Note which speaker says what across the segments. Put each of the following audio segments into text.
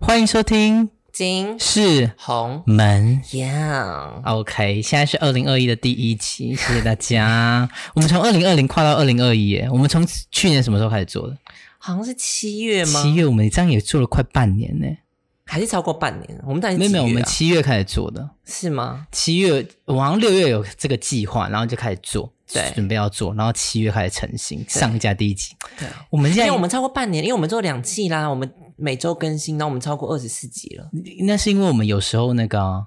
Speaker 1: 欢迎收听
Speaker 2: 金
Speaker 1: 是
Speaker 2: 红
Speaker 1: 门。
Speaker 2: 阳，
Speaker 1: OK，现在是二零二一的第一期，谢谢大家。 我们从二零二零跨到二零二一，我们从去年什么时候开始做的？
Speaker 2: 好像是七月吗？
Speaker 1: 七月，我们这样也做了快半年呢。
Speaker 2: 还是超过半年？我们到底是
Speaker 1: 没有没有，我
Speaker 2: 几月
Speaker 1: 们
Speaker 2: 啊
Speaker 1: 七月开始做的。
Speaker 2: 是吗？
Speaker 1: 七月，我好像六月有这个计划，然后就开始做，
Speaker 2: 对
Speaker 1: 准备要做，然后七月开始成型，上架第一集。我们
Speaker 2: 因
Speaker 1: 啊现
Speaker 2: 为
Speaker 1: 在
Speaker 2: 我们超过半年，因为我们做两季啦，我们每周更新，然后我们超过二十四集了。
Speaker 1: 那是因为我们有时候那个啊、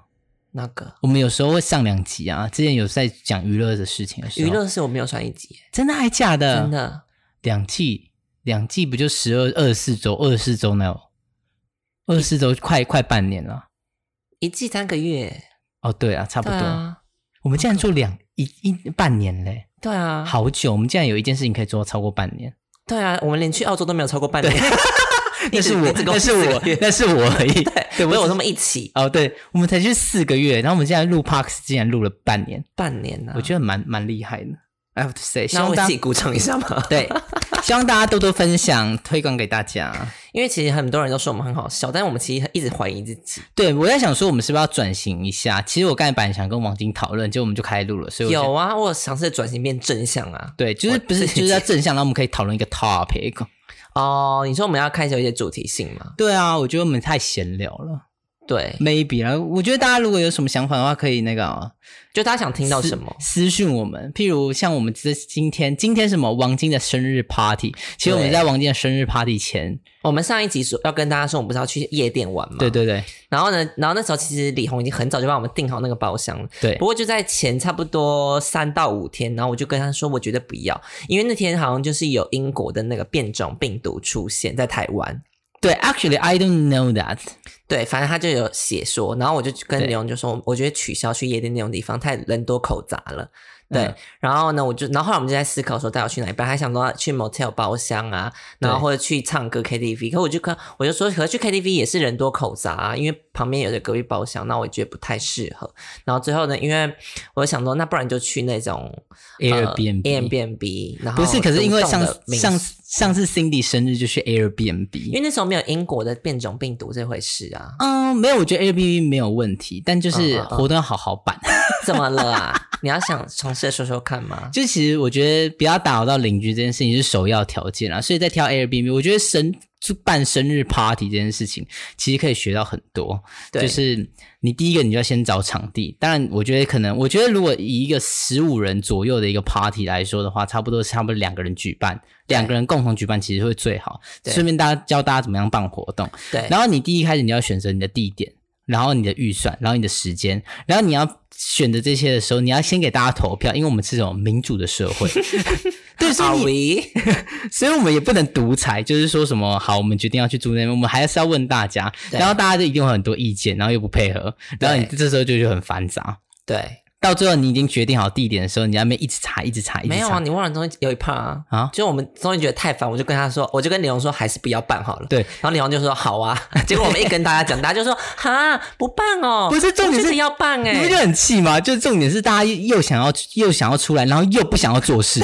Speaker 2: 那个
Speaker 1: 我们有时候会上两集啊。之前有在讲娱乐的事情的时
Speaker 2: 娱
Speaker 1: 候，
Speaker 2: 乐是我没有算一集，
Speaker 1: 真的还假的？
Speaker 2: 真的
Speaker 1: 两季，两季不就十二二十四周，二十四周呢？二十四周快快半年了。
Speaker 2: 一季三个月，
Speaker 1: 哦，对啊，差不
Speaker 2: 对
Speaker 1: 多。
Speaker 2: 啊，
Speaker 1: 我们竟然做两一一半年嘞，
Speaker 2: 对啊，，
Speaker 1: 好久。我们竟然有一件事情可以做到超过半 年，
Speaker 2: 对啊，我们连去澳洲都没有超过半年，
Speaker 1: 那是我，那
Speaker 2: 那
Speaker 1: 是我， 那是我而已。
Speaker 2: 对，
Speaker 1: 我
Speaker 2: 我有
Speaker 1: 只
Speaker 2: 那么一起
Speaker 1: 哦，对，我们才去四个月，然后我们现在录 Parks 竟然录了半年，
Speaker 2: 半年呢、啊，
Speaker 1: 我觉得蛮蛮厉害的。I have to say，希
Speaker 2: 那
Speaker 1: 望
Speaker 2: 我
Speaker 1: 大
Speaker 2: 自
Speaker 1: 家
Speaker 2: 己鼓掌一下嘛。
Speaker 1: 对，希望大家多多分享，推广给大家。
Speaker 2: 因为其实很多人都说我们很好笑，但我们其实一直怀疑自己。
Speaker 1: 对，我在想说，我们是不是要转型一下？其实我刚才本来想跟王晶讨论，结果我们就开录了，所以我
Speaker 2: 有
Speaker 1: 就
Speaker 2: 啊，我有尝试转型变正向啊。
Speaker 1: 对，就是不是
Speaker 2: 我
Speaker 1: 就是在正向，然后我们可以讨论一个 topic。
Speaker 2: 哦，你说我们要开始有一些主题性嘛？
Speaker 1: 对啊，我觉得我们太闲聊了
Speaker 2: 对，
Speaker 1: ，maybe 啊。我觉得大家如果有什么想法的话，可以那个啊
Speaker 2: 就大家想听到什么？
Speaker 1: 私讯我们。譬如像我们这今天今天什么王晶的生日 party，其实我们
Speaker 2: 对
Speaker 1: 在王晶的生日 party 前，
Speaker 2: 我们上一集说要跟大家说，我们不是要去夜店玩嘛？
Speaker 1: 对。对对
Speaker 2: 然后呢，然后那时候其实李红已经很早就帮我们订好那个包厢了。
Speaker 1: 对
Speaker 2: 不过就在前差不多三到五天，然后我就跟他说，我觉得不要，因为那天好像就是有英国的那个变种病毒出现在台湾。
Speaker 1: 对，actually I don't know that。
Speaker 2: 对，反正他就有写说，然后我就跟
Speaker 1: 对
Speaker 2: 李荣就说，我觉得取消去夜店那种地方太人多口杂了。对，
Speaker 1: 嗯
Speaker 2: 然后呢，我就，然后后来我们就在思考说，到底要去哪一边？还想说去 motel 包厢啊，然后
Speaker 1: 对
Speaker 2: 或者去唱歌 KTV。可我就看，我就说，可是去 KTV 也是人多口杂啊，因为旁边有的隔壁包厢，那我觉得不太适合。然后最后呢，因为我想说，那不然就去那种呃
Speaker 1: Airbnb
Speaker 2: Airbnb，然后
Speaker 1: 不是，可是因为
Speaker 2: 独栋
Speaker 1: 上
Speaker 2: 的民宿
Speaker 1: 上上次 Cindy 生日就去 Airbnb，
Speaker 2: 因为那时候没有英国的变种病毒这回事啊，
Speaker 1: 嗯，没有，我觉得 Airbnb 没有问题，但就是
Speaker 2: 嗯嗯嗯
Speaker 1: 活动要好好办。
Speaker 2: 怎么了啊？你要想尝试说说看 吗？
Speaker 1: 就其实我觉得不要打扰到邻居这件事情是首要条件啦，所以在挑 Airbnb，我觉得生就办生日 party 这件事情，其实可以学到很多。
Speaker 2: 对
Speaker 1: 就是你第一个你就要先找场地，当然我觉得可能，我觉得如果以一个十五人左右的一个 party 来说的话，差不多是差不多两个人举办，两个人共同举办其实会最好。
Speaker 2: 对
Speaker 1: 顺便大家教大家怎么样办活动。
Speaker 2: 对，
Speaker 1: 然后你第一开始你要选择你的地点，然后你的预算，然后你的时间，然后你要选择这些的时候，你要先给大家投票，因为我们是这种民主的社 会，对，所
Speaker 2: 阿
Speaker 1: 以你
Speaker 2: 维，
Speaker 1: 所以我们也不能独裁，就是说什么好，我们决定要去住那边，我们还是要问大家，
Speaker 2: 对
Speaker 1: 然后大家就一定会有很多意见，然后又不配合，然后你这时候就就很繁杂。
Speaker 2: 对，
Speaker 1: 到最后你已经决定好地点的时候，你在那边一直查，一直查，一直
Speaker 2: 没有啊，
Speaker 1: 查。
Speaker 2: 你忘了中间有一 part 啊，
Speaker 1: 啊
Speaker 2: 就我们终于觉得太烦，我就跟他说，我就跟李荣说，还是不要办好了。
Speaker 1: 对，
Speaker 2: 然后李荣就说好啊， 结果我们一跟大家讲，大家就说哈不办哦，
Speaker 1: 不是重点是
Speaker 2: 我觉得要办
Speaker 1: 你不觉，
Speaker 2: 哎
Speaker 1: 得很气吗？就是重点是大家又想要又想要出来，然后又不想要做 事，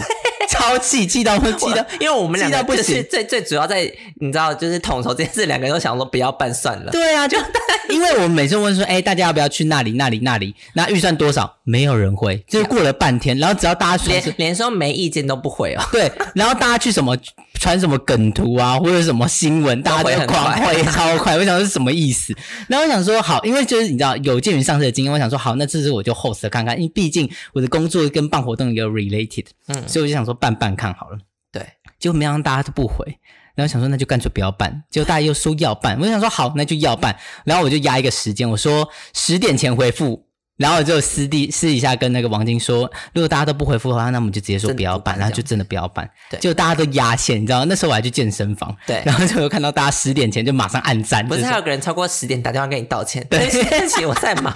Speaker 1: 超气，气到会气到
Speaker 2: 我因为我们两
Speaker 1: 气到不
Speaker 2: 个就
Speaker 1: 行
Speaker 2: 是最最主要在你知道就是统筹这件事，两个人都想说不要办算了。
Speaker 1: 对啊，就因为我们每次问说，哎、大家要不要去那里那里那里？那预算多少？没有人会，就是过了半天，然后只要大家传
Speaker 2: 连连说没意见都不回哦，
Speaker 1: 对，然后大家去什么传什么梗图啊，或者什么新闻，大家
Speaker 2: 回
Speaker 1: 就
Speaker 2: 很
Speaker 1: 狂
Speaker 2: 快
Speaker 1: 回超快。我想说是什么意思？然后我想说好，因为就是你知道，有鉴于上次的经验，我想说好，那这次我就 host 看看，因为毕竟我的工作跟办活动也有 related，
Speaker 2: 嗯
Speaker 1: 所以我就想说办办看好了。
Speaker 2: 对，
Speaker 1: 结果没想到大家都不回，然后想说那就干脆不要办，结果大家又说要办，我想说好那就要办，然后我就压一个时间，我说十点前回复。然后我就私底私底下跟那个王晶说，如果大家都不回复的话，那我们就直接说
Speaker 2: 真的
Speaker 1: 不要
Speaker 2: 不办
Speaker 1: 办，然后就
Speaker 2: 这样
Speaker 1: 真的不要办。
Speaker 2: 对
Speaker 1: 就大家都压线，你知道吗？那时候我还去健身房，
Speaker 2: 对
Speaker 1: 然后就有看到大家十点前就马上按赞，
Speaker 2: 不是
Speaker 1: 就
Speaker 2: 还有个人超过十点打电话跟你道歉，
Speaker 1: 对
Speaker 2: 对不起，我在忙。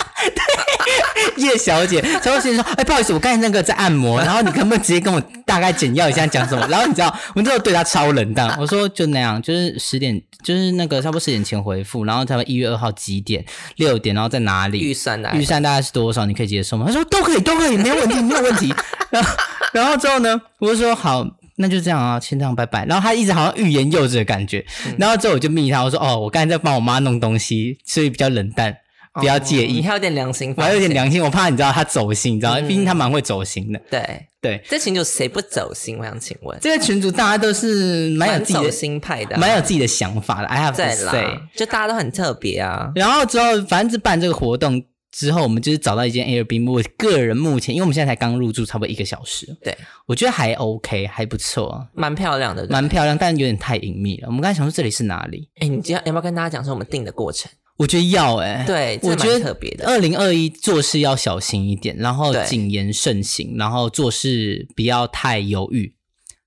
Speaker 1: 叶小姐，然后先说，哎、不好意思，我刚才那个在按摩，然后你可不可以直接跟我大概简要一下讲什么？然后你知道，我那时候对她超冷淡，我说就那样，就是十点，就是那个差不多十点前回复，然后他们一月二号几点、六点，然后在哪里
Speaker 2: 预？算来
Speaker 1: 预算啊大概是多少？你可以接受吗？他说都可以，都可以，没有问题，没有问题。然后，然后之后呢，我就说好，那就这样啊，先这样，拜拜。然后他一直好像欲言又止的感觉，然后之后我就密他，我说哦，我刚才在帮我妈弄东西，所以比较冷淡，不要介
Speaker 2: 哦你
Speaker 1: 意。
Speaker 2: 还有点良心，
Speaker 1: 我还有点。良心，我怕你知道他走心，你知道，
Speaker 2: 嗯
Speaker 1: 毕竟他蛮会走心的。
Speaker 2: 对，
Speaker 1: 对，
Speaker 2: 这群主谁不走心？我想请问，
Speaker 1: 这个群主大家都是蛮有自己
Speaker 2: 走
Speaker 1: 的，
Speaker 2: 心派的啊，
Speaker 1: 蛮有自己的想法的。I have
Speaker 2: 在
Speaker 1: to say，
Speaker 2: 啦，就大家都很特别啊。
Speaker 1: 然后之后，反正是办这个活动之后，我们就是找到一间 Airbnb。我个人目前，因为我们现在才刚入住，差不多一个小时，
Speaker 2: 对，
Speaker 1: 我觉得还 OK，还不错，
Speaker 2: 蛮漂亮的。对不对
Speaker 1: 蛮漂亮，但有点太隐秘了。我们刚才想说这里是哪里，
Speaker 2: 哎，你今天要不要跟大家讲说我们定的过程？
Speaker 1: 我觉得要哎、
Speaker 2: 对，这
Speaker 1: 我
Speaker 2: 蛮
Speaker 1: 觉得
Speaker 2: 特别的。
Speaker 1: 二零二一做事要小心一点，然后
Speaker 2: 对
Speaker 1: 谨言慎行，然后做事不要太犹豫。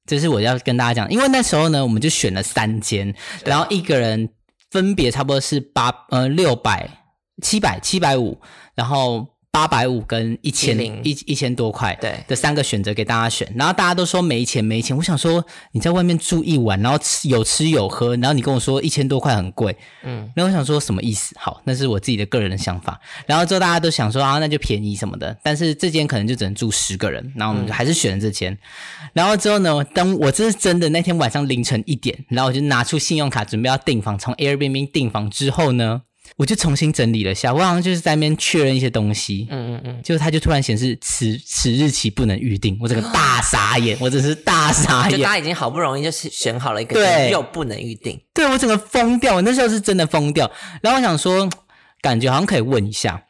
Speaker 1: 这是我要跟大家讲，因为那时候呢，我们就选了三间，然后一个人分别差不多是八呃六百、七百、七百五，然后八百五跟一千
Speaker 2: 1000
Speaker 1: 一一千多块，
Speaker 2: 对
Speaker 1: 的三个选择给大家选，然后大家都说没钱没钱，我想说你在外面住一晚，然后吃有吃有喝，然后你跟我说一千多块很贵，
Speaker 2: 嗯，
Speaker 1: 那我想说什么意思？好，那是我自己的个人的想法。然后之后大家都想说啊，那就便宜什么的，但是这间可能就只能住十个人，然后我们就还是选了这间。然后之后呢，当我这是真的那天晚上凌晨一点，然后我就拿出信用卡准备要订房，从 Airbnb 订房之后呢，我就重新整理了一下，我好像就是在那边确认一些东西，
Speaker 2: 嗯嗯嗯，
Speaker 1: 就它就突然显示此此日起不能预定，我整个大傻眼，我真是大傻
Speaker 2: 就大
Speaker 1: 眼，
Speaker 2: 家已经好不容易就是选好了一个，
Speaker 1: 哎对
Speaker 2: 又不能预定。
Speaker 1: 对我整个疯掉，我那时候是真的疯掉。然后我想说，感觉好像可以问一下，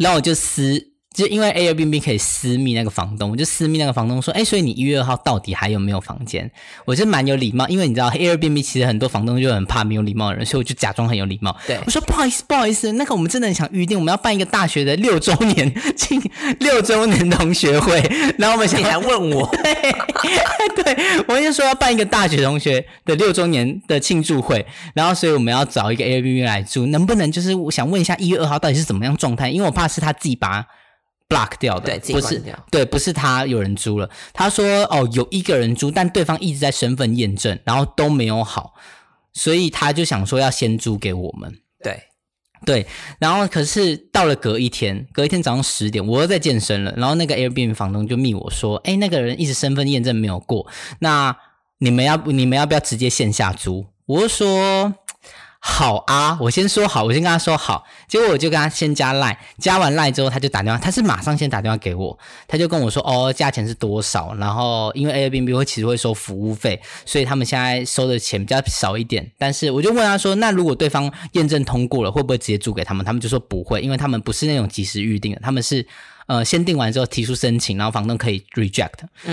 Speaker 1: 然后我就私。就因为 Airbnb 可以私密那个房东，我就私密那个房东说，哎、所以你一月二号到底还有没有房间？我就蛮有礼貌，因为你知道 Airbnb 其实很多房东就很怕没有礼貌的人，所以我就假装很有礼貌，
Speaker 2: 对
Speaker 1: 我说不好意思，不好意思，那个我们真的很想预定，我们要办一个大学的六周年庆六周年同学会，然后我们想
Speaker 2: 你还问我？
Speaker 1: 对，我就说要办一个大学同学的六周年的庆祝会，然后所以我们要找一个 Airbnb 来住，能不能就是我想问一下一月二号到底是怎么样状态？因为我怕是他自己把它 block 掉的，
Speaker 2: 对自己
Speaker 1: 不
Speaker 2: 关
Speaker 1: 是
Speaker 2: 掉
Speaker 1: 对，不是他有人租了。他说哦有一个人租，但对方一直在身份验证，然后都没有好，所以他就想说要先租给我们。
Speaker 2: 对，
Speaker 1: 对，然后可是到了隔一天，隔一天早上十点，我又在健身了。然后那个 Airbnb 房东就密我说：“哎，那个人一直身份验证没有过，那你们要你们要不要直接线下租？”我就说：“好啊，我先说好，我先跟他说好。”结果我就跟他先加赖，加完赖之后，他就打电话，他是马上先打电话给我，他就跟我说：“哦，价钱是多少？”然后因为 Airbnb 会其实会收服务费，所以他们现在收的钱比较少一点。但是我就问他说，那如果对方验证通过了，会不会直接租给他们？他们就说不会，因为他们不是那种及时预定的，他们是呃先定完之后提出申请，然后房东可以 reject。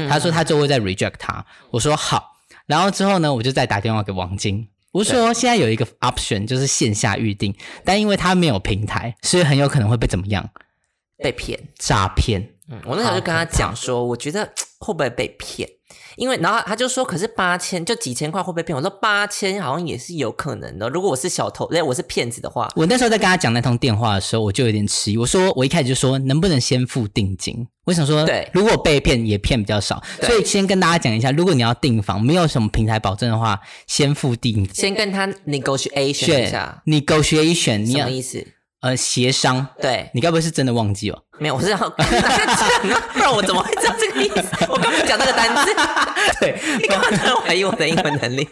Speaker 1: 他说他就会再 reject 他。我说好，然后之后呢，我就再打电话给王晶。我说现在有一个 option 就是线下预定，但因为他没有平台，所以很有可能会被怎么样
Speaker 2: 被骗。
Speaker 1: 诈骗。
Speaker 2: 嗯，我那时候就跟他讲说，我觉得会不会被骗？因为然后他就说，可是八千就几千块会不会骗？我说八千好像也是有可能的。如果我是小偷，哎，我是骗子的话，
Speaker 1: 我那时候在跟他讲那通电话的时候，我就有点迟疑。我说我一开始就说能不能先付定金？我想说，
Speaker 2: 对
Speaker 1: 如果被骗也骗比较少，
Speaker 2: 对
Speaker 1: 所以先跟大家讲一下，如果你要订房，没有什么平台保证的话，先付定金。
Speaker 2: 先跟他 negotiation 一下，
Speaker 1: 你狗学一选，你
Speaker 2: 什
Speaker 1: 要
Speaker 2: 么意思？
Speaker 1: 呃协商。
Speaker 2: 对，
Speaker 1: 你该不会是真的忘记 哦？
Speaker 2: 没有，我是要跟大家讲啊，不然我怎么会知道这个意思？我根本不讲这个单字，
Speaker 1: 对，
Speaker 2: 你根本在怀疑我的英文能力。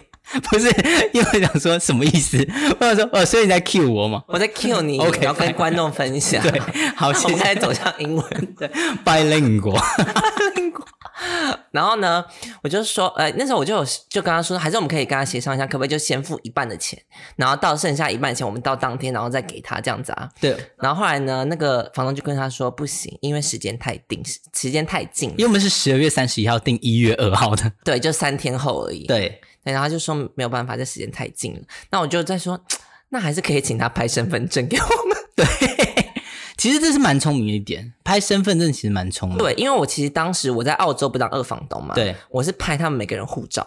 Speaker 1: 不是，因为我想说什么意思？我想说，哦，所以你在 cue 我嘛？
Speaker 2: 我在 cue 你
Speaker 1: OK，
Speaker 2: 然后跟观众分享。
Speaker 1: 对，好，
Speaker 2: 我
Speaker 1: 谢
Speaker 2: 们
Speaker 1: 谢
Speaker 2: 开始走向英文。
Speaker 1: bilingual。
Speaker 2: 然后呢，我就说，呃，那时候我就有就跟他说，还是我们可以跟他协商一下，可不可以就先付一半的钱，然后到剩下一半钱，我们到当天然后再给他这样子啊。
Speaker 1: 对，
Speaker 2: 然后后来呢，那个房东就跟他说不行，因为时间太定，时间太近
Speaker 1: 因为
Speaker 2: 了，
Speaker 1: 我们是十二月三十一号订一月二号的。
Speaker 2: 对，就三天后而已。
Speaker 1: 对，
Speaker 2: 对，然后他就说没有办法，这时间太近了。那我就在说，那还是可以请他拍身份证给我们。
Speaker 1: 其实这是蛮聪明的一点，拍身份证其实蛮聪明的。
Speaker 2: 对，因为我其实当时我在澳洲不当二房东嘛，
Speaker 1: 嗯对，
Speaker 2: 我是拍他们每个人护照。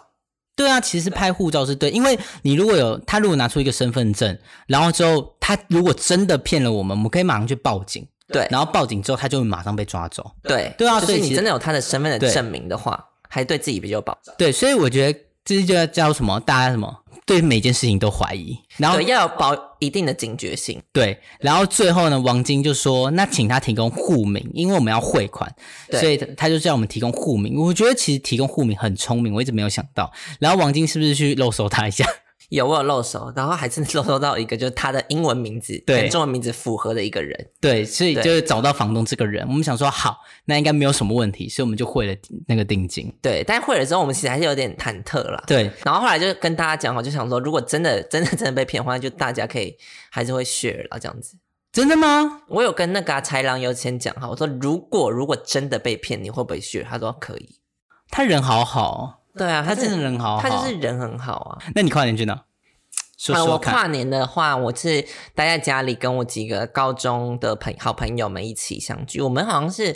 Speaker 1: 对啊，其实拍护照是对，因为你如果有他如果拿出一个身份证，然后之后他如果真的骗了我们，我们可以马上去报警，
Speaker 2: 对
Speaker 1: 然后报警之后他就会马上被抓走。
Speaker 2: 对
Speaker 1: 对啊
Speaker 2: 就
Speaker 1: 所以
Speaker 2: 是你
Speaker 1: 其实
Speaker 2: 真的有他的身份的
Speaker 1: 对
Speaker 2: 证明的话，还对自己比较有保障。
Speaker 1: 对，所以我觉得这就叫叫什么？大家什么对每件事情都怀疑，然后
Speaker 2: 对，要有保一定的警觉性。
Speaker 1: 对，然后最后呢，王晶就说：“那请他提供户名，因为我们要汇款，
Speaker 2: 对
Speaker 1: 所以他就叫我们提供户名。我觉得其实提供户名很聪明，我一直没有想到。然后王晶是不是去漏搜他一下？
Speaker 2: 有我有漏手，然后还真的漏搜到一个，就是 他的英文名字
Speaker 1: 对
Speaker 2: 跟中文名字符合的一个人。
Speaker 1: 对，所以
Speaker 2: 对
Speaker 1: 就是找到房东这个人。我们想说好，那应该没有什么问题，所以我们就汇了那个定金。
Speaker 2: 对，但会了之后，我们其实还是有点忐忑啦。
Speaker 1: 对，
Speaker 2: 然后后来就跟大家讲哦好，就想说，如果真的真的真的被骗的话，就大家可以还是会 share 啦，这样子。
Speaker 1: 真的吗？
Speaker 2: 我有跟那个啊豺、狼优先讲哈，我说如果如果真的被骗，你会不会 share？他说可以。
Speaker 1: 他人好好，
Speaker 2: 对啊，
Speaker 1: 他
Speaker 2: 真
Speaker 1: 真的
Speaker 2: 的
Speaker 1: 人好好。
Speaker 2: 他就是人很好啊。
Speaker 1: 那你跨年去哪？说
Speaker 2: 呃，
Speaker 1: 说
Speaker 2: 我
Speaker 1: 看。
Speaker 2: 跨年的话，我是待在家里，跟我几个高中的朋好朋友们一起相聚。我们好像是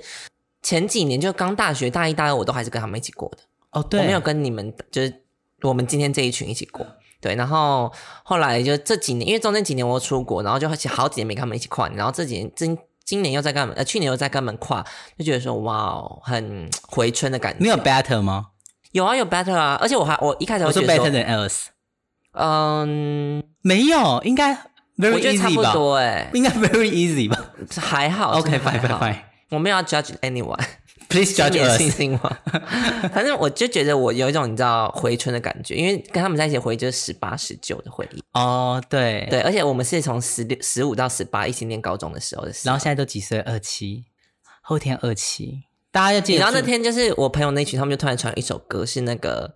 Speaker 2: 前几年就刚大学大一、大二，我都还是跟他们一起过的。
Speaker 1: 哦，对，
Speaker 2: 我没有跟你们，就是我们今天这一群一起过。对，然后后来就这几年，因为中间几年我出国，然后就好几年没跟他们一起跨年，然后这几年今今年又在跟他们，呃，去年又在跟他们跨，就觉得说哇哦，很回春的感觉。
Speaker 1: 你有 better 吗？
Speaker 2: 有啊，有 better 啊，而且我还我一开始
Speaker 1: 我
Speaker 2: 会
Speaker 1: 说
Speaker 2: 觉得
Speaker 1: better
Speaker 2: 说，
Speaker 1: than else，
Speaker 2: 嗯，
Speaker 1: 没有，应该 very
Speaker 2: 我觉得差
Speaker 1: easy
Speaker 2: 不
Speaker 1: 吧？
Speaker 2: 多哎、
Speaker 1: 应该 very easy 吧
Speaker 2: 还好。
Speaker 1: ？OK，
Speaker 2: 真的还
Speaker 1: 拜拜
Speaker 2: 好
Speaker 1: 拜
Speaker 2: 我没有要 judge anyone，
Speaker 1: ，Please
Speaker 2: 今
Speaker 1: judge
Speaker 2: 年信
Speaker 1: us。
Speaker 2: 心吗？反正我就觉得我有一种你知道回春的感觉，因为跟他们在一起回忆就是十八、十九的回忆。
Speaker 1: 哦，对，
Speaker 2: 对，而且我们是从十六、十五到十八一起念高中的时候的事。啊
Speaker 1: 然后现在都几岁？二七，后天二七，大家要记得。
Speaker 2: 然后那，天就是我朋友那群，他们就突然传一首歌，是那个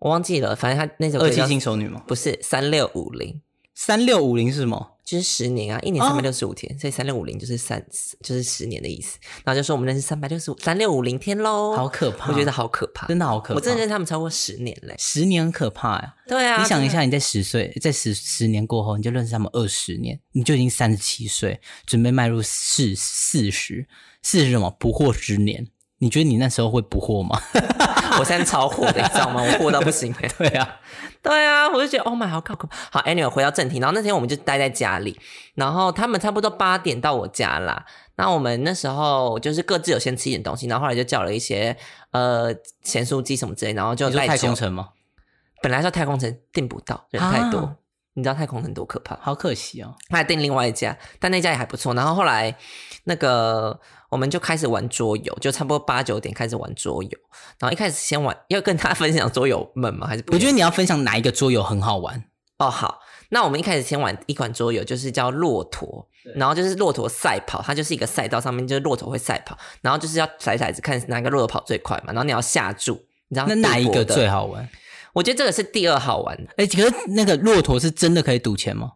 Speaker 2: 我忘记了，反正他那首歌
Speaker 1: 二七
Speaker 2: 叫
Speaker 1: 新手女吗？
Speaker 2: 不是三六五零，
Speaker 1: 三六五零是什么？
Speaker 2: 就是十年啊，一
Speaker 1: 哦
Speaker 2: 年三百六十五天，所以三六五零就是三就是十年的意思。然后就说我们认识三百六十五三六五零天喽，
Speaker 1: 好可怕！
Speaker 2: 哦我觉得好可怕，
Speaker 1: 真的好可怕，
Speaker 2: 我真的认识他们超过十年嘞。
Speaker 1: 十年很可怕呀。
Speaker 2: 对啊，
Speaker 1: 你想一
Speaker 2: 真的
Speaker 1: 下，你在十岁，在十十年过后，你就认识他们二十年，你就已经三十七岁，准备迈入四四十，四十什么不惑之年？你觉得你那时候会不惑吗？
Speaker 2: 我现在超火的，你知道吗？我火到不行、欸。
Speaker 1: 对啊，对
Speaker 2: 对啊，我就觉得 Oh my，好靠谱。好，Anyway，回到正题，然后那天我们就待在家里，然后他们差不多八点到我家啦。那我们那时候就是各自有先吃一点东西，然后后来就叫了一些呃咸酥鸡什么之类，然后就
Speaker 1: 你说
Speaker 2: 带
Speaker 1: 太
Speaker 2: 酒
Speaker 1: 空。城吗？
Speaker 2: 本来说太空城订不到，人太多，
Speaker 1: 啊
Speaker 2: 你知道太空城多可怕？
Speaker 1: 好可惜哦。
Speaker 2: 还订另外一家，但那家也还不错。然后后来那个我们就开始玩桌游，就差不多八九点开始玩桌游。然后一开始先玩，要跟他分享桌游们吗？还是不
Speaker 1: 我觉
Speaker 2: 要
Speaker 1: 得你要分享哪一个桌游很好玩？
Speaker 2: 哦好，那我们一开始先玩一款桌游，就是叫骆驼，然后就是骆驼赛跑，它就是一个赛道上面就是骆驼会赛跑，然后就是要甩骰子看哪个骆驼跑最快嘛，然后你要下注，你知道
Speaker 1: 那哪一
Speaker 2: 赌博
Speaker 1: 个
Speaker 2: 的
Speaker 1: 最？好玩？
Speaker 2: 我觉得这个是第二好玩的，
Speaker 1: 哎、可是那个骆驼是真的可以赌钱吗？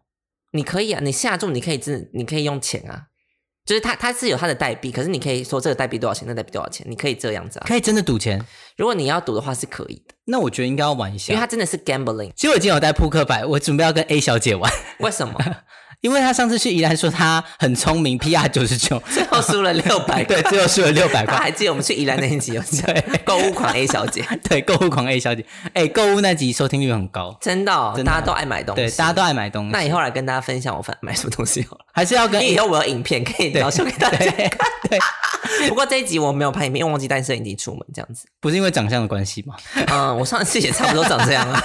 Speaker 2: 你可以啊，你下注你可以自你可以用钱啊。就是它，它是有它的代币，可是你可以说这个代币多少钱，那个代币多少钱，你可以这样子啊。
Speaker 1: 可以真的赌钱？
Speaker 2: 如果你要赌的话是可以的，
Speaker 1: 那我觉得应该要玩一
Speaker 2: 因
Speaker 1: 下
Speaker 2: 为它。真的是 gambling。
Speaker 1: 其实我今天有带扑克牌，我准备要跟 A 小姐玩，
Speaker 2: 为什么？
Speaker 1: 因为她上次去宜兰说她很聪明，PR 九十九，
Speaker 2: 最后输了六百
Speaker 1: 对，
Speaker 2: 块。
Speaker 1: 最后输了六百
Speaker 2: 大家
Speaker 1: 块。
Speaker 2: 还记得我们去宜兰那一集有讲购物狂 A 小姐，
Speaker 1: 对，购物狂 A 小姐，哎、购物那集收听率很高，
Speaker 2: 真的、哦，
Speaker 1: 真的
Speaker 2: 大家都爱买东西，
Speaker 1: 对，大家都。爱买东
Speaker 2: 那
Speaker 1: 西，
Speaker 2: 以后来跟大家分享我买买什么东西好了，
Speaker 1: 还是要跟
Speaker 2: 因
Speaker 1: A
Speaker 2: 为以后我有影片可以描述给大家看。不过这一集我没有拍影片，因为忘记带摄影机出门这样子。
Speaker 1: 不是因为长相的关系吗？
Speaker 2: 嗯，我上次也差不多长这 样了。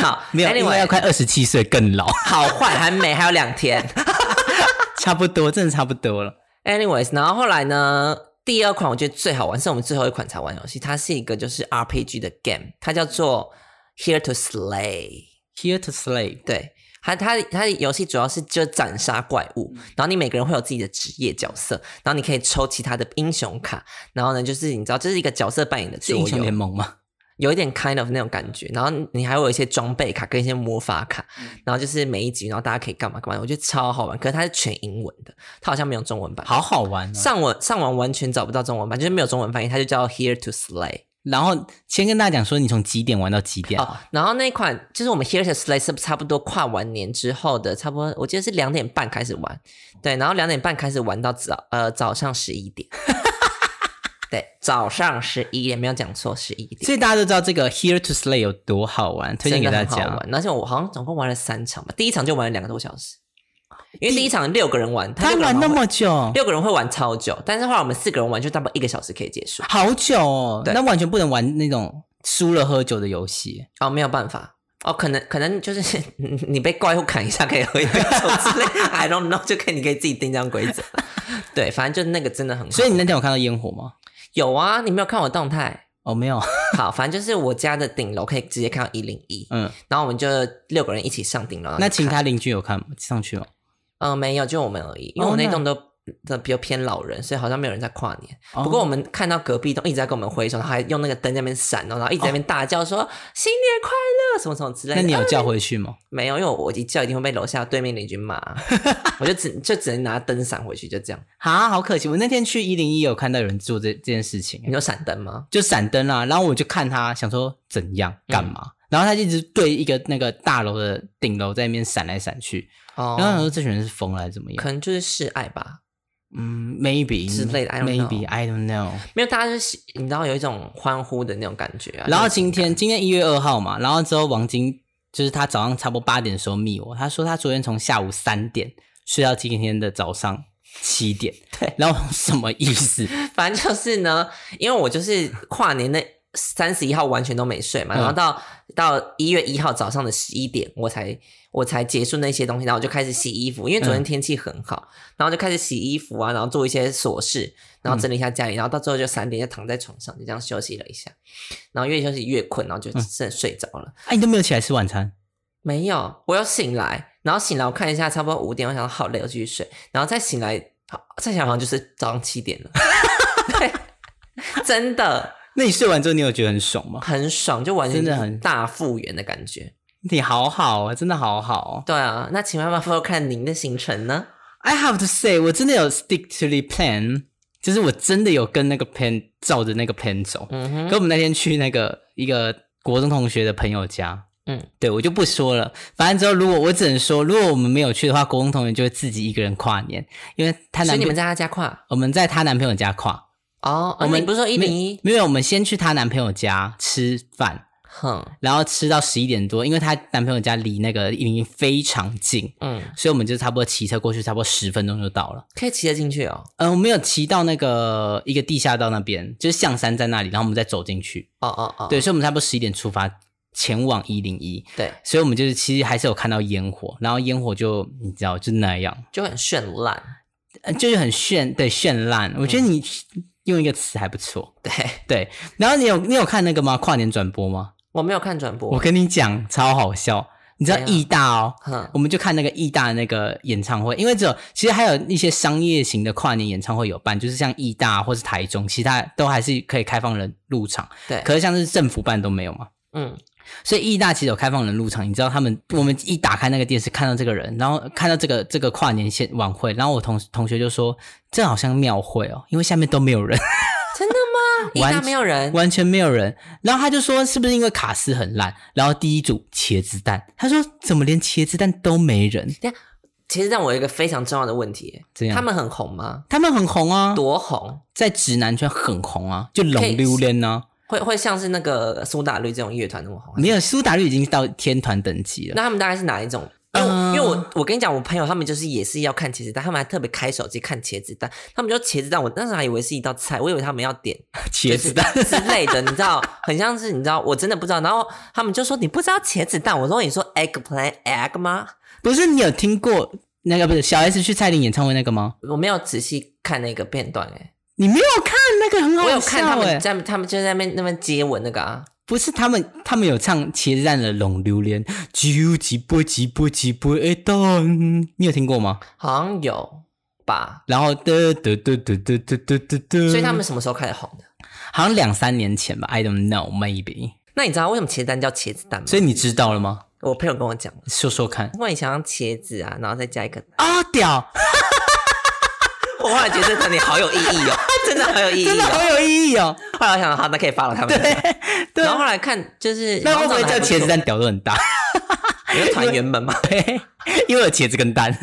Speaker 2: 好，
Speaker 1: 没有，因为要
Speaker 2: anyway，
Speaker 1: 快二十七岁更老，
Speaker 2: 好坏还没，还有两天。
Speaker 1: 差不多，真的差不多了。
Speaker 2: Anyways，然后后来呢，第二款我觉得最好玩，是我们最后一款才玩游戏，它是一个就是 RPG 的 game，它叫做 Here to Slay。
Speaker 1: Here to slay，
Speaker 2: 对，它它它的游戏主要是就斩杀怪物，
Speaker 1: 嗯
Speaker 2: 然后你每个人会有自己的职业角色，然后你可以抽其他的英雄卡，然后呢，就是你知道这是一个角色扮演的
Speaker 1: 是
Speaker 2: 桌
Speaker 1: 英雄联
Speaker 2: 游，
Speaker 1: 盟吗？
Speaker 2: 有一点 kind of 那种感觉，然后你还会有一些装备卡跟一些魔法卡，然后就是每一集，然后大家可以干嘛干嘛，我觉得超好玩。可是它是全英文的，它好像没有中文版，
Speaker 1: 好好玩哦。
Speaker 2: 上网上网完全找不到中文版，就是没有中文翻译，它就叫 Here to Slay。
Speaker 1: 然后先跟大家讲说，你从几点玩到几点？
Speaker 2: 哦，然后那一款就是我们 Here to Slay 是差不多跨完年之后的，差不多我记得是两点半开始玩，对，然后两点半开始玩到早呃早上十一点， 对，早上十一点没有讲错，十一点，
Speaker 1: 所以大家都知道这个 Here to Slay 有多好玩，推荐给大
Speaker 2: 真的很好
Speaker 1: 家。
Speaker 2: 玩。而且我好像总共玩了三场吧，第一场就玩了两个多小时，因为第一场六个人玩，
Speaker 1: 他
Speaker 2: 六个人
Speaker 1: 玩那
Speaker 2: 会
Speaker 1: 么久，
Speaker 2: 六个人会玩超久，但是后来我们四个人玩就差不多一个小时可以结束。
Speaker 1: 好久哦，
Speaker 2: 对
Speaker 1: 那完全不能玩那种输了喝酒的游戏。
Speaker 2: 哦，没有办法。哦，可能可能就是 你被怪物砍一下可以喝一杯酒之类，I don't know，就可以你可以自己定这样规则。对，反正就那个真的很好。
Speaker 1: 所以你那天有看到烟火吗？
Speaker 2: 有啊，你没有看我动态？
Speaker 1: 哦，没有，
Speaker 2: 好，反正就是我家的顶楼可以直接看到一零一，
Speaker 1: 嗯，
Speaker 2: 然后我们就六个人一起上顶楼。
Speaker 1: 那其他邻居有看上去吗？
Speaker 2: 嗯、呃没有，就我们而已，因为
Speaker 1: 哦
Speaker 2: 我那
Speaker 1: 那
Speaker 2: 栋都都比较偏老人，所以好像没有人在跨年。
Speaker 1: 哦
Speaker 2: 不过我们看到隔壁栋一直在跟我们挥手，然后还用那个灯在那边闪哦，然后一直在那边大叫说、新年快乐什么什么之类
Speaker 1: 那
Speaker 2: 的。
Speaker 1: 你有
Speaker 2: 啊
Speaker 1: 叫回去吗？
Speaker 2: 没有？因为我一叫一定会被楼下对面邻居骂，啊 我就只就只能拿灯闪回去，就这样。
Speaker 1: 啊，好可惜！我那天去一零一有看到有人做这这件事情
Speaker 2: 你，有闪灯吗？
Speaker 1: 就闪灯啊，然后我就看他想说怎样干
Speaker 2: 嗯
Speaker 1: 嘛，然后他就一直对一个那个大楼的顶楼在那边闪来闪去，
Speaker 2: 哦
Speaker 1: 然后我想说这群人是疯了还是怎么样？
Speaker 2: 可能就是示爱吧，
Speaker 1: 嗯，maybe
Speaker 2: 之类的，I don't know
Speaker 1: maybe I don't know。
Speaker 2: 没有大家就是你知道有一种欢呼的那种感觉啊。
Speaker 1: 然后
Speaker 2: 热情
Speaker 1: 今天今天一月二号嘛，然后之后王晶就是他早上差不多八点的时候密我，他说他昨天从下午三点睡到今天的早上七点，
Speaker 2: 对，
Speaker 1: 然后我什么意思？
Speaker 2: 反正就是呢，因为我就是跨年那三十一号完全都没睡嘛，
Speaker 1: 嗯
Speaker 2: 然后到到一月一号早上的十一点，我才我才结束那些东西，然后我就开始洗衣服，因为昨天天气很好，然后就开始洗衣服啊，然后做一些琐事，然后整理一下家里，然后到最后就三点就躺在床上，就这样休息了一下，然后越休息越困，然后就真的睡着了。
Speaker 1: 哎、你都没有起来吃晚餐，
Speaker 2: 没有，我有醒来，然后醒来我看一下，差不多五点，我想说好累，我继续睡，然后再醒来，好再想好像就是早上七点了， 对，真的
Speaker 1: 那你睡完之后你有觉得很爽吗？
Speaker 2: 很爽，就完全
Speaker 1: 真的
Speaker 2: 就是
Speaker 1: 很
Speaker 2: 大复原的感觉。
Speaker 1: 你好好啊，真的好好哦。
Speaker 2: 对啊，那请问要不要看您的行程呢？
Speaker 1: I have to say，我真的有 stick to the plan，就是我真的有跟那个 plan 照着那个 plan 走。
Speaker 2: 嗯哼，
Speaker 1: 可我们那天去那个一个国中同学的朋友家，
Speaker 2: 嗯
Speaker 1: 嗯，对我就不说了。反正之后如果我只能说，如果我们没有去的话，国中同学就会自己一个人跨年，因为她
Speaker 2: 所
Speaker 1: 男
Speaker 2: 以你
Speaker 1: 朋友
Speaker 2: 们在他家跨
Speaker 1: 我们在她男朋友家跨，
Speaker 2: 哦，
Speaker 1: 我
Speaker 2: 我
Speaker 1: 们
Speaker 2: 们不是说一零一？
Speaker 1: 没有，我们先去她男朋友家吃饭。
Speaker 2: 哼，
Speaker 1: 然后吃到十一点多，因为她男朋友家离那个一零一非常近，
Speaker 2: 嗯，
Speaker 1: 所以我们就差不多骑车过去，差不多十分钟就到了。
Speaker 2: 可以骑得进去哦。
Speaker 1: 嗯，我们有骑到那个一个地下道那边，就是象山在那里，然后我们再走进去。
Speaker 2: 哦哦哦，
Speaker 1: 对，所以我们差不多十一点出发，前往一零一。
Speaker 2: 对，
Speaker 1: 所以我们就是其实还是有看到烟火，然后烟火就你知道就那样，
Speaker 2: 就很绚烂。
Speaker 1: 呃就是很绚对绚烂。我觉得你用一个词还不错。
Speaker 2: 对
Speaker 1: 对，然后你有你有看那个吗？跨年转播吗？
Speaker 2: 我没有看转
Speaker 1: 我
Speaker 2: 播，
Speaker 1: 跟你讲，超好笑。你知道
Speaker 2: 怎样
Speaker 1: 义大哦，
Speaker 2: 哼，
Speaker 1: 我们就看那个义大那个演唱会，因为只有其实还有一些商业型的跨年演唱会有办，就是像义大或是台中，其他都还是可以开放人入场，
Speaker 2: 对，
Speaker 1: 可是像是政府办都没有嘛。
Speaker 2: 嗯，
Speaker 1: 所以义大其实有开放人入场，你知道他们我们一打开那个电视，看到这个人，然后看到这个这个跨年现晚会，然后我同同学就说这好像庙会哦，因为下面都没有人，
Speaker 2: 真的吗？一
Speaker 1: 完
Speaker 2: 大没有人，
Speaker 1: 完全没有人。然后他就说是不是因为卡斯很烂？然后第一组茄子蛋，他说怎么连茄子蛋都没人？
Speaker 2: 其实让我有一个非常重要的问题
Speaker 1: 怎，样
Speaker 2: 他们很红吗？
Speaker 1: 他们很红啊，
Speaker 2: 多红？
Speaker 1: 在直男圈很红啊，就
Speaker 2: 可以
Speaker 1: 冷榴莲呢、
Speaker 2: 会会像是那个苏打绿这种乐团那么红？
Speaker 1: 没有苏打绿已经到天团等级了。
Speaker 2: 那他们大概是哪一种？因为我、
Speaker 1: 嗯
Speaker 2: 因为我我跟你讲，我朋友他们就是也是要看茄子蛋，他们还特别开手机看茄子蛋，他们就茄子蛋，我当时还以为是一道菜，我以为他们要点
Speaker 1: 茄子蛋，
Speaker 2: 就是之类的，你知道，很像是你知道，我真的不知道。然后他们就说你不知道茄子蛋，我说你说 eggplant egg 吗？
Speaker 1: 不是你有听过那个不是小 S 去蔡琳演唱会那个吗？
Speaker 2: 我没有仔细看那个片段、欸，
Speaker 1: 你没有看那个很好
Speaker 2: 我有看他
Speaker 1: 笑哎、
Speaker 2: 们在他们就在那边那边接吻那个啊，
Speaker 1: 不是他们，他们有唱茄子蛋的《龙榴莲》，九几波几波几波哎当，你有听过吗？
Speaker 2: 好像有吧？
Speaker 1: 然后的的的的的的的的的，
Speaker 2: 所以他们什么时候开始红的？
Speaker 1: 好像两三年前吧，I don't know maybe。
Speaker 2: 那你知道为什么茄子蛋叫茄子蛋吗？
Speaker 1: 所以你知道了吗？
Speaker 2: 我朋友跟我讲的，
Speaker 1: 说说看。
Speaker 2: 因为你想要茄子啊，然后再加一个蛋。
Speaker 1: 啊、屌，
Speaker 2: 我后来觉得这个团体好有 意义哦，真的好有意义、哦。
Speaker 1: 真的好有意义哦。
Speaker 2: 后来我想，好，那可以发了他们。
Speaker 1: 对
Speaker 2: 然后后来看，就是
Speaker 1: 那会不会叫茄子？蛋屌都很大？
Speaker 2: 有团员们嘛，
Speaker 1: 因为有茄子跟蛋。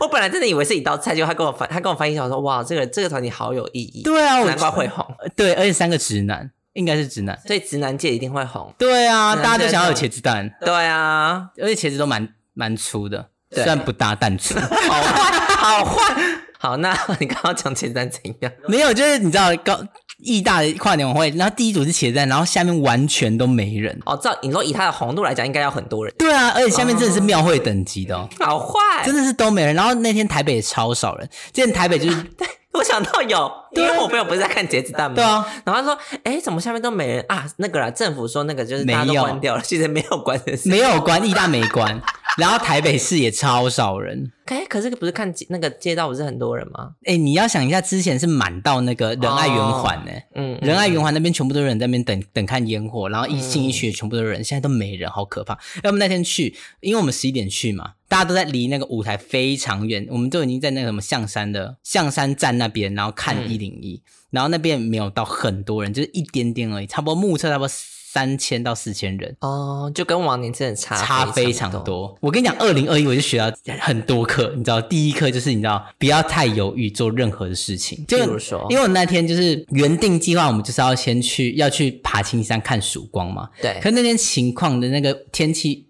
Speaker 2: 我本来真的以为是一道菜，结果他跟我翻，他跟我翻译一下，我说哇，这个这个团体好有意 义，
Speaker 1: 对啊，我
Speaker 2: 难怪会红。
Speaker 1: 对，而且三个直男，应该是直男。
Speaker 2: 所以直男界一定会红。
Speaker 1: 对啊，
Speaker 2: 直男
Speaker 1: 大家都想要有
Speaker 2: 真
Speaker 1: 茄子蛋，
Speaker 2: 对啊，
Speaker 1: 而且茄子都蛮蛮粗的，
Speaker 2: 对
Speaker 1: 虽然不搭但粗。
Speaker 2: 好坏，好坏。好，那你刚刚讲茄子蛋怎样？
Speaker 1: 没有，就是你知道高义大的跨年晚会，然后第一组是茄子蛋，然后下面完全都没人。
Speaker 2: 哦，照你说以它的红度来讲，应该要很多人，
Speaker 1: 对啊，而且下面真的是庙会等级的、哦，
Speaker 2: 好坏。
Speaker 1: 真的是都没人。然后那天台北也超少人，之前台北就是
Speaker 2: 我想到有，因为我朋友不是在看茄子蛋吗？
Speaker 1: 啊对啊，
Speaker 2: 然后他说，哎，怎么下面都没人啊？那个啦，政府说那个就是大家
Speaker 1: 没
Speaker 2: 都
Speaker 1: 有
Speaker 2: 关掉了，其 实没有关的事。
Speaker 1: 没有关，义大没关，然后台北市也超少人。
Speaker 2: 哎，可是不是看街那个街道不是很多人吗？
Speaker 1: 哎、你要想一下，之前是满到那个仁爱圆环呢，哎
Speaker 2: 嗯，
Speaker 1: 仁爱圆环那边全部都有人在那边等等看烟火，然后一进一学全部都有人，现在都没人，好可怕。要么那天去，因为我们十一点去嘛，大家都在离那个舞台非常远，我们都已经在那个什么象山的象山站那边，然后
Speaker 2: 嗯
Speaker 1: 看一零一，然后那边没有到很多人，就是一点点而已，差不多目测差不多三千到四千人。
Speaker 2: 哦，就跟往年真的差
Speaker 1: 差非常多。我跟你讲，二零二一我就学到很多课，你知道，第一课就是你知道不要太犹豫做任何的事情，就
Speaker 2: 比如说
Speaker 1: 因为我那天就是原定计划，我们就是要先去要去爬青山看曙光嘛，
Speaker 2: 对
Speaker 1: 可，那天情况的那个天气。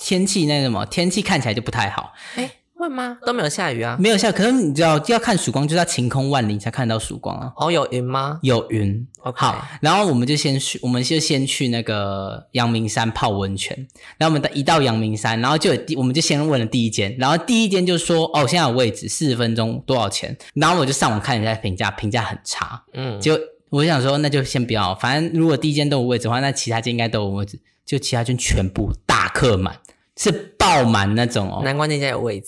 Speaker 1: 天气那个什么，天气看起来就不太好，
Speaker 2: 哎，会吗？都没有下雨啊？
Speaker 1: 没有下。可是你知道，要看曙光，就是要晴空万里才看得到曙光啊。
Speaker 2: 哦，有云吗？
Speaker 1: 有云
Speaker 2: OK
Speaker 1: 好，然后我们就先去，我们就先去那个阳明山泡温泉。然后我们到一到阳明山，然后就有第，我们就先问了第一间，然后第一间就说哦，现在有位置，四十分钟多少钱？然后我就上网看人家评价，评价很差。
Speaker 2: 嗯，
Speaker 1: 结果我想说，那就先不要，反正如果第一间都有位置的话，那其他间应该都有位置。就其他间全部大客满，是爆满那种哦。
Speaker 2: 难怪那家有位置。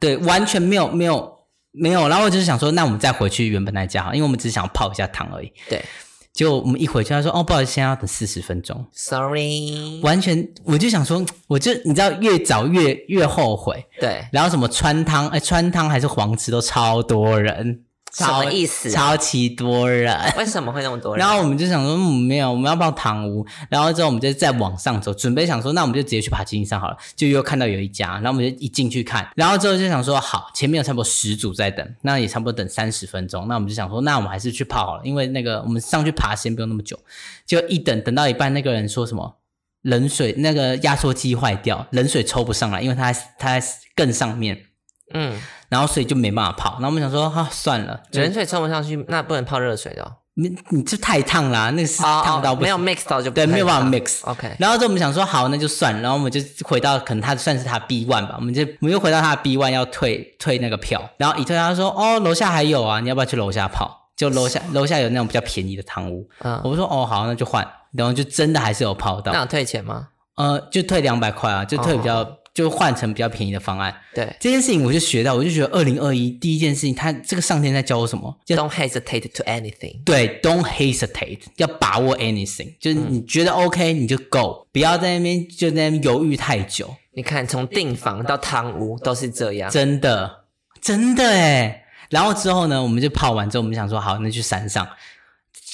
Speaker 1: 对，完全没有没有没有。然后我就是想说，那我们再回去原本那家好了，因为我们只是想泡一下汤而已。
Speaker 2: 对
Speaker 1: 结果我们一回去，他说：“哦，不好意思，现在要等四十分钟。
Speaker 2: ，sorry，”
Speaker 1: 完全，我就想说，我就你知道，越早越越后悔。
Speaker 2: 对，
Speaker 1: 然后什么川汤，哎，川汤还是黄池都超多人，
Speaker 2: 什么
Speaker 1: 超
Speaker 2: 意思啊
Speaker 1: 超级多人。
Speaker 2: 为什么会那么多人？
Speaker 1: 然后我们就想说，嗯，没有，我们要泡堂屋。然后之后我们就再往上走，准备想说，那我们就直接去爬金山好了。就又看到有一家，然后我们就一进去看，然后之后就想说，好，前面有差不多十组在等，那也差不多等三十分钟。那我们就想说，那我们还是去泡好了，因为那个我们上去爬时间不用那么久。就一等等到一半，那个人说什么？冷水那个压缩机坏掉，冷水抽不上来，因为它在它在更上面，
Speaker 2: 嗯，
Speaker 1: 然后所以就没办法泡。然后我们想说，哈、算了，
Speaker 2: 冷水冲不上去，那不能泡热水的哦。
Speaker 1: 你你这太烫啦、那个是
Speaker 2: 哦
Speaker 1: 烫到
Speaker 2: 哦
Speaker 1: 不
Speaker 2: 没
Speaker 1: 行。
Speaker 2: 有 mix 到就不
Speaker 1: 对，没有办法
Speaker 2: 可以
Speaker 1: mix。
Speaker 2: OK，
Speaker 1: 然后之后我们想说好，那就算了，然后我们就回到可能他算是他 B one 吧，我们就我们又回到他的 B one 要退退那个票，然后一退他说哦楼下还有啊，你要不要去楼下泡？就楼 下楼下有那种比较便宜的汤屋，
Speaker 2: 嗯，
Speaker 1: 我们说哦好，那就换，然后就真的还是有泡
Speaker 2: 那哦
Speaker 1: 到，
Speaker 2: 有退钱吗？
Speaker 1: 呃就退两百块啊，就退比较、就换成比较便宜的方案。
Speaker 2: 对
Speaker 1: 这件事情我就学到，我就觉得二零二一第一件事情，他这个上天在教我什么？就
Speaker 2: ，Don't hesitate to anything。
Speaker 1: 对，don't hesitate，要把握 anything，就是你觉得
Speaker 2: 嗯
Speaker 1: OK 你就 go，不要在那边就在那边犹豫太久，
Speaker 2: 你看，从订房到汤屋都是这样。
Speaker 1: 真的，真的哎。然后之后呢，我们就泡完之后，我们想说好，那去山上，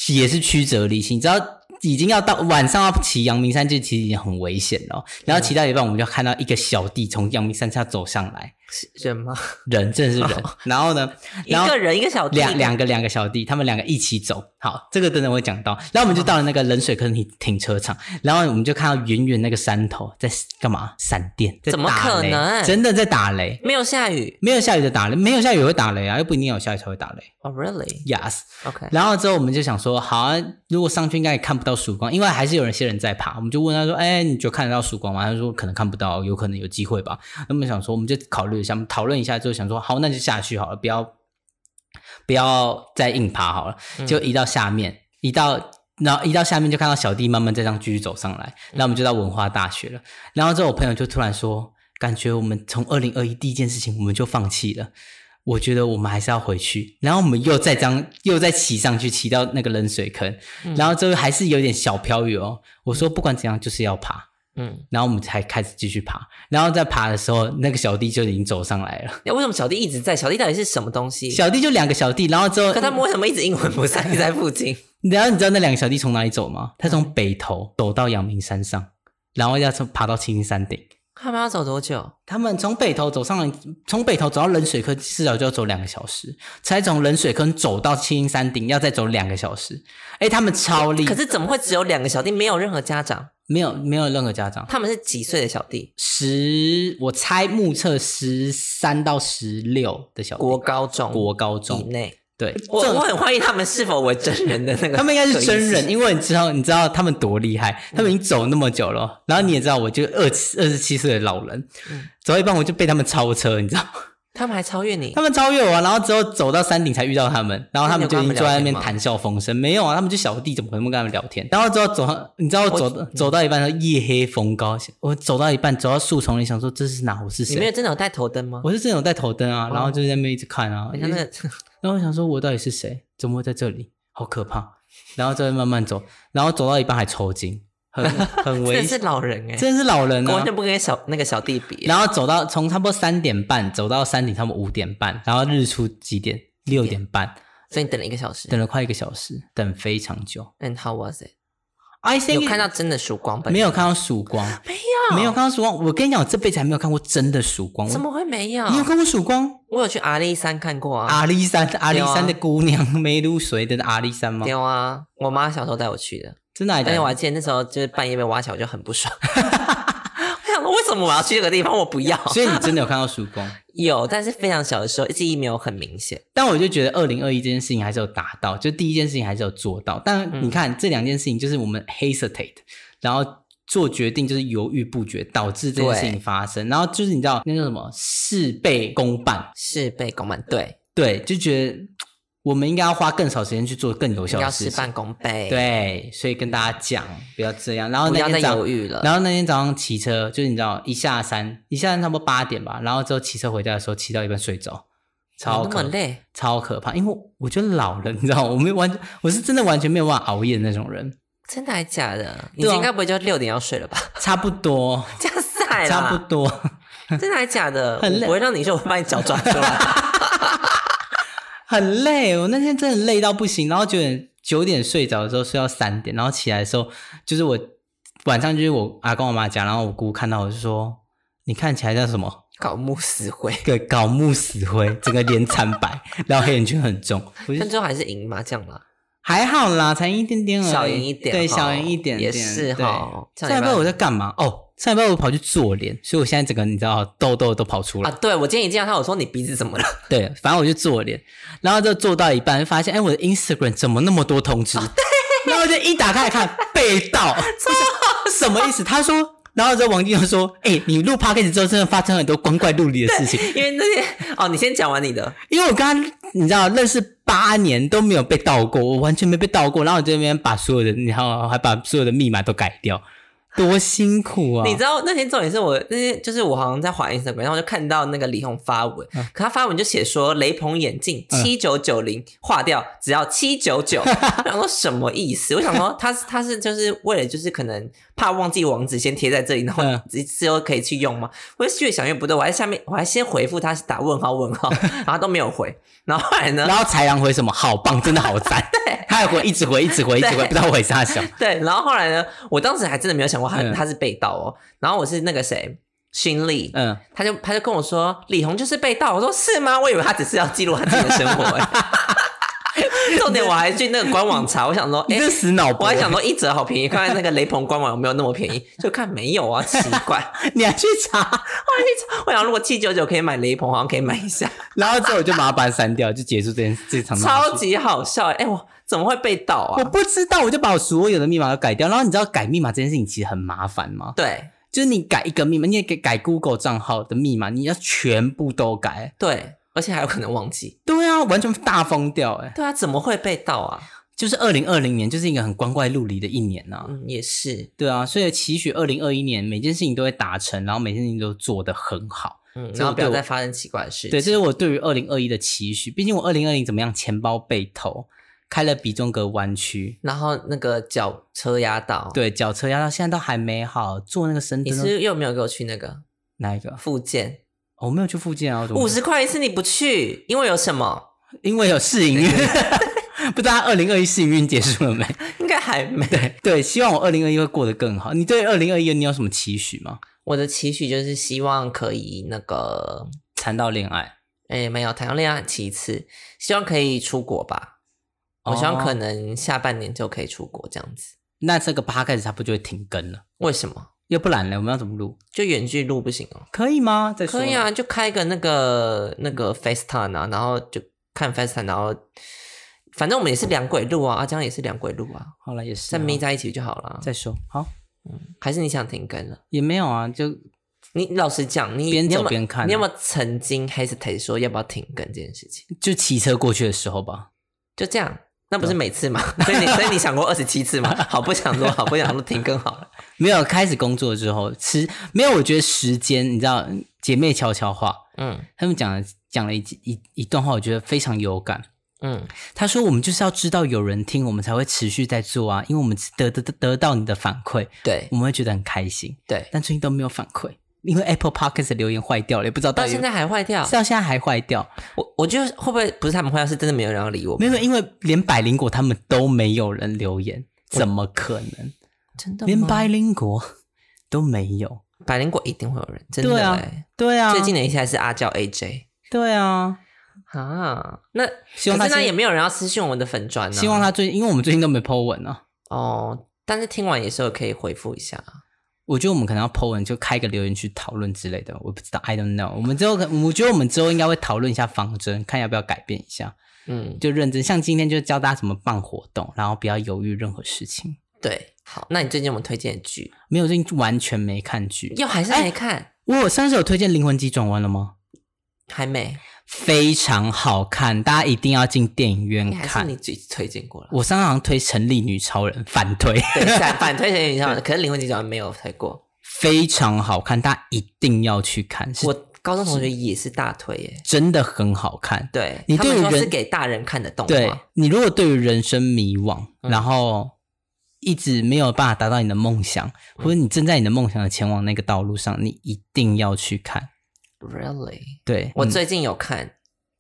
Speaker 1: 也是曲折离奇，你知道。已经要到晚上要骑阳明山，就其实已经很危险了哦。然后骑到一半，我们就看到一个小弟从阳明山下走上来，
Speaker 2: 人吗？
Speaker 1: 人真的是人。然后呢，
Speaker 2: 哦 一
Speaker 1: 然后
Speaker 2: 个人一个小弟
Speaker 1: 两两个两个小弟，他们两个一起走。好，这个等等我会讲到。然后我们就到了那个冷水坑停停车场，然后我们就看到远远那个山头在干嘛？闪电，在
Speaker 2: 怎么
Speaker 1: 打
Speaker 2: 可
Speaker 1: 雷
Speaker 2: 能
Speaker 1: 真的在打雷。
Speaker 2: 没有下雨。
Speaker 1: 没有下雨的打雷，没有下雨会打雷啊，又不一定有下雨才会打雷。
Speaker 2: 哦，really？OK。
Speaker 1: Yes，
Speaker 2: OK
Speaker 1: 然后之后我们就想说，好、啊，如果上去应该也看不到曙光，因为还是有一些人在爬。我们就问他说，哎，你就看得到曙光吗？他说可能看不到，有可能有机会吧。那么想说，我们就考虑一下，我们讨论一下之后想说，好，那就下去好了，不要不要再硬爬好了。
Speaker 2: 嗯
Speaker 1: 就一到下面，一到。然后一到下面就看到小弟慢慢再这样继续走上来，然后我们就到文化大学了。然后之后我朋友就突然说，感觉我们从二零二一第一件事情我们就放弃了，我觉得我们还是要回去，然后我们又再张又再骑上去，骑到那个冷水坑，然后之后还是有点小飘雨哦。我说不管怎样就是要爬，
Speaker 2: 嗯，
Speaker 1: 然后我们才开始继续爬。然后在爬的时候，那个小弟就已经走上来了，
Speaker 2: 那为什么小弟一直在？小弟到底是什么东西？
Speaker 1: 小弟就两个小弟，然后之后
Speaker 2: 可，他们为什么一直阴魂不 散在附近？
Speaker 1: 然后你知道那两个小弟从哪里走吗？他
Speaker 2: 嗯
Speaker 1: 从北头走到阳明山上，然后要从爬到青青山顶。
Speaker 2: 他们要走多久？
Speaker 1: 他们从北头走上来，从北头走到冷水坑，至少就要走两个小时，才从冷水坑走到青青山顶，要再走两个小时。哎，他们超厉害
Speaker 2: 可，是怎么会只有两个小弟，没有任何家长？
Speaker 1: 没有没有任何家长。
Speaker 2: 他们是几岁的小弟？
Speaker 1: 十，我猜目测十三到十六的小弟
Speaker 2: 国高中
Speaker 1: 国高
Speaker 2: 以
Speaker 1: 中，
Speaker 2: 内。
Speaker 1: 对，
Speaker 2: 我
Speaker 1: 这
Speaker 2: 我很怀疑他们是否为真人的那 个，
Speaker 1: 他们应该是真人，
Speaker 2: 为
Speaker 1: 因为你知道，你知道他们多厉害，他们已经走那么久了，然后你也知道，我就二七二十七岁的老人，走到一半我就被他们超车，你知道吗，
Speaker 2: 他们还超越你
Speaker 1: 他，们超越我啊，然后之后走到山顶才遇到他们，然后他们就已经坐在那边谈笑风生，没有啊，他们就小弟怎么可能跟他们聊天？然后之后走上，你知道我嗯走走到一半，夜黑风高，我走到一半走到树丛里，想说这是哪，我是
Speaker 2: 你没
Speaker 1: 谁
Speaker 2: 有？真的有戴头灯吗？
Speaker 1: 我是真的有带头灯啊，然后就在那边一直看啊，
Speaker 2: 好像那个
Speaker 1: 然后我想说，我到底是谁？怎么会在这里？好可怕！然后再慢慢走，然后走到一半还抽筋，很很
Speaker 2: 真
Speaker 1: 危
Speaker 2: 的是
Speaker 1: 险，
Speaker 2: 老人哎，
Speaker 1: 真的是老人
Speaker 2: 我
Speaker 1: 啊
Speaker 2: 完！全不跟小那个小弟比。啊
Speaker 1: 然后走到从差不多三点半走到山顶，差不多五点半，然后日出几点？六点半，
Speaker 2: 所以你等了一个小时，
Speaker 1: 等了快一个小时，等非常久。
Speaker 2: 嗯，How was it？
Speaker 1: I
Speaker 2: 有
Speaker 1: think
Speaker 2: 看到真的曙光本人哦
Speaker 1: 没有看到曙光，没有没有看到曙光。我跟你讲，我这辈子还没有看过真的曙光。我
Speaker 2: 怎么会没有？
Speaker 1: 你有看过曙光？
Speaker 2: 我有去阿里山看过啊，
Speaker 1: 阿里山，阿里
Speaker 2: 有啊
Speaker 1: 山的姑娘 梅露水的阿里山吗？
Speaker 2: 有啊，我妈小时候带我去的，
Speaker 1: 真的还假
Speaker 2: 而且我
Speaker 1: 的？
Speaker 2: 还记得那时候就是半夜被挖起来，我就很 不爽。我想说，为什么我要去这个地方？我不要。
Speaker 1: 所以你真的有看到曙光？
Speaker 2: 有，但是非常小的时候，记忆没有很明显。
Speaker 1: 但我就觉得二零二一这件事情还是有达到，就第一件事情还是有做到。
Speaker 2: 嗯
Speaker 1: 但你看、这两件事情，就是我们 hesitate，然后做决定就是犹豫不决，导致这件事情发生。然后就是你知道那叫什么事倍功半，
Speaker 2: 事倍功半，对，
Speaker 1: 对，就觉得嘖我们应该要花更少时间去做更有效
Speaker 2: 要
Speaker 1: 的
Speaker 2: 事
Speaker 1: 事情。
Speaker 2: 半功倍，，
Speaker 1: 对，所以跟大家讲，不要这样。然后
Speaker 2: 不
Speaker 1: 那
Speaker 2: 要再
Speaker 1: 天早
Speaker 2: 犹豫了。
Speaker 1: 然后那天早上骑车，就是你知道一下山，一下山差不多八点吧，然后之后骑车回家的时候，骑到一半睡着，超
Speaker 2: 怎么
Speaker 1: 可
Speaker 2: 那么累，
Speaker 1: 超可怕，因为我觉得老 了，你知道，我没完，我是真的完全没有办法熬夜的那种人，
Speaker 2: 真的还假的？你
Speaker 1: 对啊
Speaker 2: 应该不会就六点要睡了吧？
Speaker 1: 差不多，
Speaker 2: 这样晒啦，
Speaker 1: 差不多。
Speaker 2: 真的还假的？
Speaker 1: 很累
Speaker 2: 我不会让你说，我把你脚抓出 来。
Speaker 1: 很累，我那天真的累到不行，然后九点九点睡着的时候睡到三点，然后起来的时候，就是我晚上就是我阿公我妈讲，然后我姑看到我就说，你看起来像什么？
Speaker 2: 搞木死灰，
Speaker 1: 个槁木死灰，整个脸惨白， 然后黑眼圈很重，我就
Speaker 2: 但最后还是赢麻将啦，
Speaker 1: 还好啦，才一点点而已，
Speaker 2: 小赢一点
Speaker 1: 对，
Speaker 2: 哈
Speaker 1: 小赢一点点
Speaker 2: 也是哈
Speaker 1: 对
Speaker 2: 这
Speaker 1: 上
Speaker 2: 样
Speaker 1: 一
Speaker 2: 礼拜
Speaker 1: 拜我在干嘛？哦，上一拜我跑去做脸，所以我现在整个你知道痘痘都跑出来。
Speaker 2: 啊！对我今天一见到他，我说你鼻子怎么了？
Speaker 1: 对，反正我就做脸，然后就做到一半，发现哎，我的 Instagram 怎么那么多通知？
Speaker 2: 啊
Speaker 1: 然后我就一打开来看，被 盗，我想什么意思？他说。然后这王静就说：“哎、你录 p o d c a s 之后，真的发生很多光怪陆离的事情。
Speaker 2: 因为那些哦，你先讲完你的，
Speaker 1: 因为我跟他，你知道认识八年都没有被盗过，我完全没被盗过。然后我这边把所有的，然后还把所有的密码都改掉，多辛苦啊！
Speaker 2: 你知道那天重点是我那天就是我好像在滑 Instagram，然后我就看到那个李红发文，
Speaker 1: 嗯
Speaker 2: 可他发文就写说雷朋眼镜七九九零划掉，只要七 九九。我想说什么意思？我想说他是他是就是为了就是可能怕忘记网址先贴在这里，然后
Speaker 1: 嗯
Speaker 2: 之之后可以去用吗？我就越想越不对，我还下面我还先回复他是打问号问 号，然后他都没有回，然后后来呢？
Speaker 1: 然后豺狼回什么？好棒，真的好赞！他还回，一直回，一直回，一直回，
Speaker 2: 对
Speaker 1: 不知道回啥小。
Speaker 2: 对，然后后来呢？我当时还真的没有想过他、
Speaker 1: 嗯
Speaker 2: 他是被盗哦。然后我是那个谁，勋丽，
Speaker 1: 嗯，
Speaker 2: 他就他就跟我说，李红就是被盗。我说是吗？我以为他只是要记录他自己的生活、欸。 重点我还去那个官网查，我想说，
Speaker 1: 你
Speaker 2: 哎、
Speaker 1: 这死脑
Speaker 2: 我
Speaker 1: 波
Speaker 2: 还！想说一折好便宜，看看那个雷朋官网有没有那么便宜，就看没有啊，奇怪。
Speaker 1: 你还去查？
Speaker 2: 我想如果七九九可以买雷朋，好像可以买一下，
Speaker 1: 然后之后我就把它把它删掉，就结束这件这场闹
Speaker 2: 超
Speaker 1: 剧。
Speaker 2: 级好笑、欸。哎、我怎么会被盗
Speaker 1: 我
Speaker 2: 啊？
Speaker 1: 不知道，我就把我所有的密码都改掉。然后你知道改密码这件事情其实很麻烦吗？
Speaker 2: 对
Speaker 1: 就是你改一个密码，你也改改 Google 账号的密码，你要全部都改。
Speaker 2: 对，而且还有可能忘记。
Speaker 1: 对啊，完全大疯掉哎、
Speaker 2: 对啊，怎么会被盗啊？
Speaker 1: 就是二零二零年，就是一个很光怪陆离的一年呐、
Speaker 2: 嗯，也是。
Speaker 1: 对啊，所以期许二零二一年每件事情都会达成，然后每件事情都做得很好。
Speaker 2: 嗯，
Speaker 1: 这
Speaker 2: 然后
Speaker 1: 个
Speaker 2: 不要
Speaker 1: 对我
Speaker 2: 再发生奇怪的事情。
Speaker 1: 对，这是我对于二零二一的期许。毕竟我二零二零怎么样，钱包被偷，开了比中格弯曲，
Speaker 2: 然后那个脚车压到，，
Speaker 1: 对，脚车压到现在都还没好，做那个深
Speaker 2: 你
Speaker 1: 蹲
Speaker 2: 是
Speaker 1: 都
Speaker 2: 不是又没有给我去那个
Speaker 1: 哪一个？
Speaker 2: 复健，
Speaker 1: 哦我没有去附近啊，我怎么
Speaker 2: 五十块一次你不去，因为有什 么？
Speaker 1: 因为有试营运， 不知道二零二一试营运结束了没？
Speaker 2: 应该还没。
Speaker 1: 对，希望我二零二一会过得更好。你对二零二一你有什么期许吗？
Speaker 2: 我的期许就是希望可以那个，
Speaker 1: 谈到恋爱。
Speaker 2: 哎，没有谈到恋爱其次，希望可以出国吧。我希望
Speaker 1: 哦
Speaker 2: 可能下半年就可以出国这样子。
Speaker 1: 那这个 podcast 它不就会停更了？
Speaker 2: 为什么？
Speaker 1: 要不然呢？我们要怎么录？
Speaker 2: 就远距录不行哦？
Speaker 1: 可以吗？再说
Speaker 2: 可以啊，就开个那个那个 FaceTime 啊，然后就看 FaceTime，然后反正我们也是两轨路啊，啊，这样也是两轨路啊，
Speaker 1: 好了，也是
Speaker 2: 再
Speaker 1: 啊
Speaker 2: 眯在一起就好了。
Speaker 1: 再说，好
Speaker 2: 还是你想停更了？
Speaker 1: 也没有啊，就
Speaker 2: 你老实讲，你
Speaker 1: 边
Speaker 2: 你有
Speaker 1: 走
Speaker 2: 没有
Speaker 1: 边看啊
Speaker 2: 你有没有曾经 hesitate 说要不要停更这件事情？
Speaker 1: 就骑车过去的时候吧。
Speaker 2: 就这样，那不是每 次嘛？所以你所以你想过二十七次嘛？好不想录，好不想录，停更好 了。
Speaker 1: 没有开始工作之后，时没有，我觉得时间，你知道，姐妹悄悄话，
Speaker 2: 嗯
Speaker 1: 她们讲了讲了一一一段话，我觉得非常有感。
Speaker 2: 嗯，
Speaker 1: 她说：“我们就是要知道有人听，我们才会持续在做啊，因为我们得得得得到你的反馈，
Speaker 2: 对
Speaker 1: 我们会觉得很开心。
Speaker 2: 对，
Speaker 1: 但最近都没有反馈，因为 Apple Podcast 的留言坏掉了，也不知道到
Speaker 2: 到
Speaker 1: 底
Speaker 2: 现在还坏掉。
Speaker 1: 到现在还坏掉。
Speaker 2: 我我觉得会不会不是他们坏掉，是真的没有人要理我
Speaker 1: 没
Speaker 2: 们？
Speaker 1: 有，因为连百灵果他们都没有人留言，怎么可能？
Speaker 2: 真的吗
Speaker 1: 连百灵果都没有。
Speaker 2: 百灵果一定会有人，真的
Speaker 1: 对啊
Speaker 2: 欸
Speaker 1: 对啊，
Speaker 2: 最近的一下是阿娇 AJ
Speaker 1: 对啊，
Speaker 2: 啊，那
Speaker 1: 希望他
Speaker 2: 可是那
Speaker 1: 先
Speaker 2: 也没有人要私信我们的粉砖呢、啊
Speaker 1: 希望他最，因为我们最近都没 Po 文啊，
Speaker 2: 哦，但是听完也是可以回复一下。啊
Speaker 1: 我觉得我们可能要 Po 文，就开个留言区讨论之类的，我不知道，I don't know。我们之后可，我觉得我们之后应该会讨论一下方针，看要不要改变一下，
Speaker 2: 嗯，
Speaker 1: 就认真。像今天就教大家怎么办活动，然后不要犹豫任何事情。
Speaker 2: 对，好，那你最近有没有推荐的剧？
Speaker 1: 没有，最近完全没看剧。
Speaker 2: 又还是没看，
Speaker 1: 我有上次有推荐《灵魂急转弯》了吗？
Speaker 2: 还没，
Speaker 1: 非常好看，大家一定要进电影院
Speaker 2: 还是
Speaker 1: 看。
Speaker 2: 你自己推荐过了。
Speaker 1: 我上次好像推《成立女超人》，反推，
Speaker 2: 对，反反推荐你知道吗，可是《灵魂急转弯》没有推过。
Speaker 1: 非常好看，大家一定要去看，是
Speaker 2: 我高中同学也是大推耶，
Speaker 1: 真的很好看。
Speaker 2: 对，
Speaker 1: 你
Speaker 2: 他
Speaker 1: 对于
Speaker 2: 们说是
Speaker 1: 人
Speaker 2: 给大人看的动
Speaker 1: 对
Speaker 2: 画，
Speaker 1: 你，如果对于人生迷惘，
Speaker 2: 嗯
Speaker 1: 然后一直没有办法达到你的梦想，
Speaker 2: 嗯
Speaker 1: 或者你正在你的梦想的前往那个道路上，你一定要去看。
Speaker 2: ，Really？
Speaker 1: 对，
Speaker 2: 我
Speaker 1: 嗯
Speaker 2: 最近有看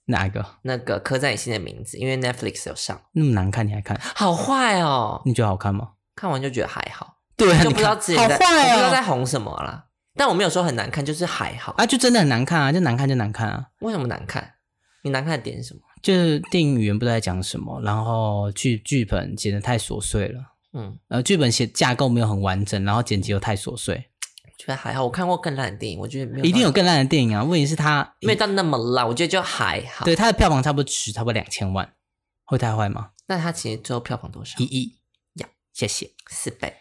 Speaker 1: 哪一个
Speaker 2: 那个《刻在你心的名字》，因为 Netflix 有上，
Speaker 1: 那么难看你还看？
Speaker 2: 好坏哦，
Speaker 1: 你觉得好看吗？
Speaker 2: 看完就觉得还好。
Speaker 1: 对啊，
Speaker 2: 就
Speaker 1: 你
Speaker 2: 不知道
Speaker 1: 看
Speaker 2: 自己
Speaker 1: 好
Speaker 2: 在，我
Speaker 1: 坏
Speaker 2: 不知道在
Speaker 1: 哦。
Speaker 2: 红什么啦。但我没有说很难看，就是还好。
Speaker 1: 啊，就真的很难看啊，就难看就难看啊。
Speaker 2: 为什么难看？你难看的点是什么？
Speaker 1: 就是电影语言不知道在讲什么，然后剧剧本写的太琐碎了，
Speaker 2: 嗯，
Speaker 1: 呃，剧本写架构没有很完整，然后剪辑又太琐碎，
Speaker 2: 我觉得还好。我看过更烂的电影，我觉得没有到
Speaker 1: 一定有更烂的电影啊。问题是它
Speaker 2: 没有到那么烂，我觉得就还好。
Speaker 1: 对，它的票房差不多值差不多两千万，会太坏吗？
Speaker 2: 那它其实最后票房多少
Speaker 1: 一？亿
Speaker 2: 呀，
Speaker 1: 谢谢。
Speaker 2: 四倍。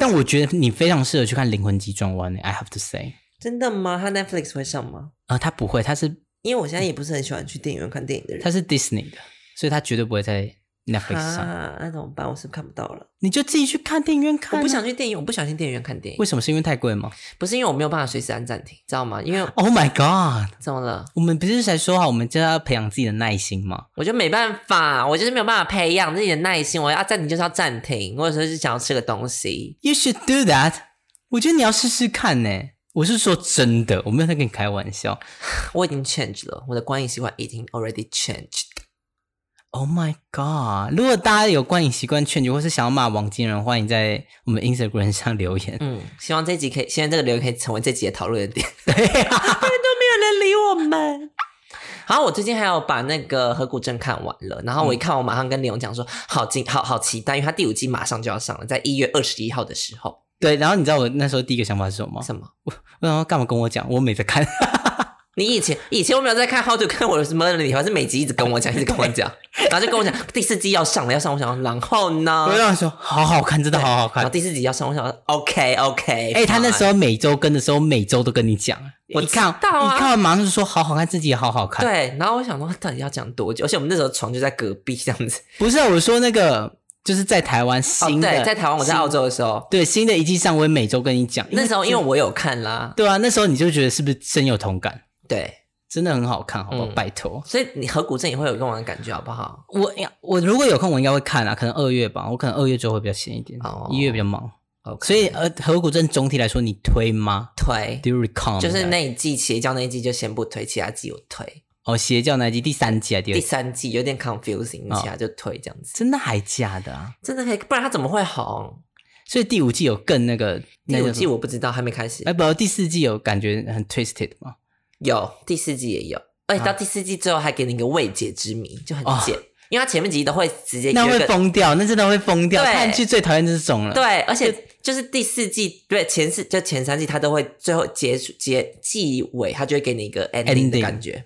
Speaker 1: 但我觉得你非常适合去看《灵魂急转弯》欸，I have to say，
Speaker 2: 真的吗？它 Netflix 会上吗？
Speaker 1: 呃，它不会，它是
Speaker 2: 因为我现在也不是很喜欢去电影院看电影的人。
Speaker 1: 它是 Disney 的，所以它绝对不会在 Netflix 上。
Speaker 2: 啊，那怎么办？我是不是看不到了。
Speaker 1: 你就自己去看电影院看、啊
Speaker 2: 我不，想去电影，我不想去电影院看电
Speaker 1: 为
Speaker 2: 影，
Speaker 1: 什么？是因为太贵吗
Speaker 2: 不是因为我没有办法随时按暂停，知道吗？因为
Speaker 1: ？Oh my god！
Speaker 2: 怎么了？
Speaker 1: 我们不是才说好，我们就要培养自己的耐心吗？
Speaker 2: 我就没办法，我就是没有办法培养自己的耐心。我要暂停就是要暂停，我有时候是想要吃个东西。
Speaker 1: You should do that。我觉得你要试试看呢、我是说真的，我没有在跟你开玩笑。
Speaker 2: 我已经 change 了，我的观影习惯已经 already changed。
Speaker 1: Oh my god！如果大家有观影习惯劝局，或是想要骂王金人，欢迎在我们 Instagram 上留言。
Speaker 2: 嗯，希望这一集可以，希望这个留言可以成为这集的讨论的 点。
Speaker 1: 对啊，
Speaker 2: 没有人理我们。好，我最近还有把那个《河谷镇》看完了，然后我一看，我马上跟李勇讲说，好期，好好期待，因为他第五季马上就要上了，在一月二十一号的时候。
Speaker 1: 对。然后你知道我那时候第一个想法是什么吗？
Speaker 2: 什么？
Speaker 1: 我想说干嘛跟我讲？我没在看。
Speaker 2: 你以前以前我没有在看《How to》，看我有什么理由？是每集一直 跟我讲，一直跟我讲，然后就跟我讲第四季要上了，要上。我想说，然后呢
Speaker 1: 我？就想说，好好看，真的好好
Speaker 2: 然
Speaker 1: 看
Speaker 2: 后。第四集要上，我想说 OK OK。
Speaker 1: 哎、他那时
Speaker 2: 候
Speaker 1: 候每周跟的时候，每周都跟你讲。
Speaker 2: 我
Speaker 1: 一看，
Speaker 2: 知道啊
Speaker 1: 一看完马上就说好好看，自己也好好看。
Speaker 2: 对，然后我想说，到底要讲多久？而且我们那时候床就在隔壁这样子。
Speaker 1: 不是、啊、我说那个，就是在台湾
Speaker 2: 哦，
Speaker 1: 新的，
Speaker 2: 对，在台湾，我在澳洲的时候，
Speaker 1: 对新的一季上，我也每周跟你讲。
Speaker 2: 那时候因为我有看啦，
Speaker 1: 对啊，那时候你就觉得是不是深有同感？
Speaker 2: 对。
Speaker 1: 真的很好看，好不好？
Speaker 2: 嗯
Speaker 1: 拜托，
Speaker 2: 所以你河谷镇也会有跟我的感觉，好不好？
Speaker 1: 我我如果有空，我应该会看啊，可能二月吧，我可能二月之后会比较闲一点，一、
Speaker 2: 哦
Speaker 1: 月比较忙。
Speaker 2: OK
Speaker 1: 所以呃，河谷镇总体来说，你推吗
Speaker 2: 推
Speaker 1: ？Do you recall？
Speaker 2: 就是那一季邪教那一季就先不推，其他季我推。
Speaker 1: 哦，邪教那一季第三季还是第二
Speaker 2: 第
Speaker 1: 季？
Speaker 2: 三季有点 confusing，
Speaker 1: 哦
Speaker 2: 其他就推这样子。
Speaker 1: 真的还假的啊？
Speaker 2: 真的可以，不然他怎么会红？
Speaker 1: 所以第五季有更那个，那
Speaker 2: 第五
Speaker 1: 叫什
Speaker 2: 季
Speaker 1: 么
Speaker 2: 我不知道，还没开始
Speaker 1: 哎。不，第四季有感觉很 twisted 吗？
Speaker 2: 有第四季也有，
Speaker 1: 啊
Speaker 2: 而且到第四季最后还给你一个未解之谜，就很贱，因为他前面几集都会直接
Speaker 1: 哦那
Speaker 2: 有一
Speaker 1: 会
Speaker 2: 个
Speaker 1: 疯掉，那真的会疯掉。
Speaker 2: 对
Speaker 1: 看剧最讨厌这种了。
Speaker 2: 对，而且就是第四季对前四就前三季，他都会最后结束结季尾，他就会给你一个 ending 的
Speaker 1: Ending
Speaker 2: 感觉。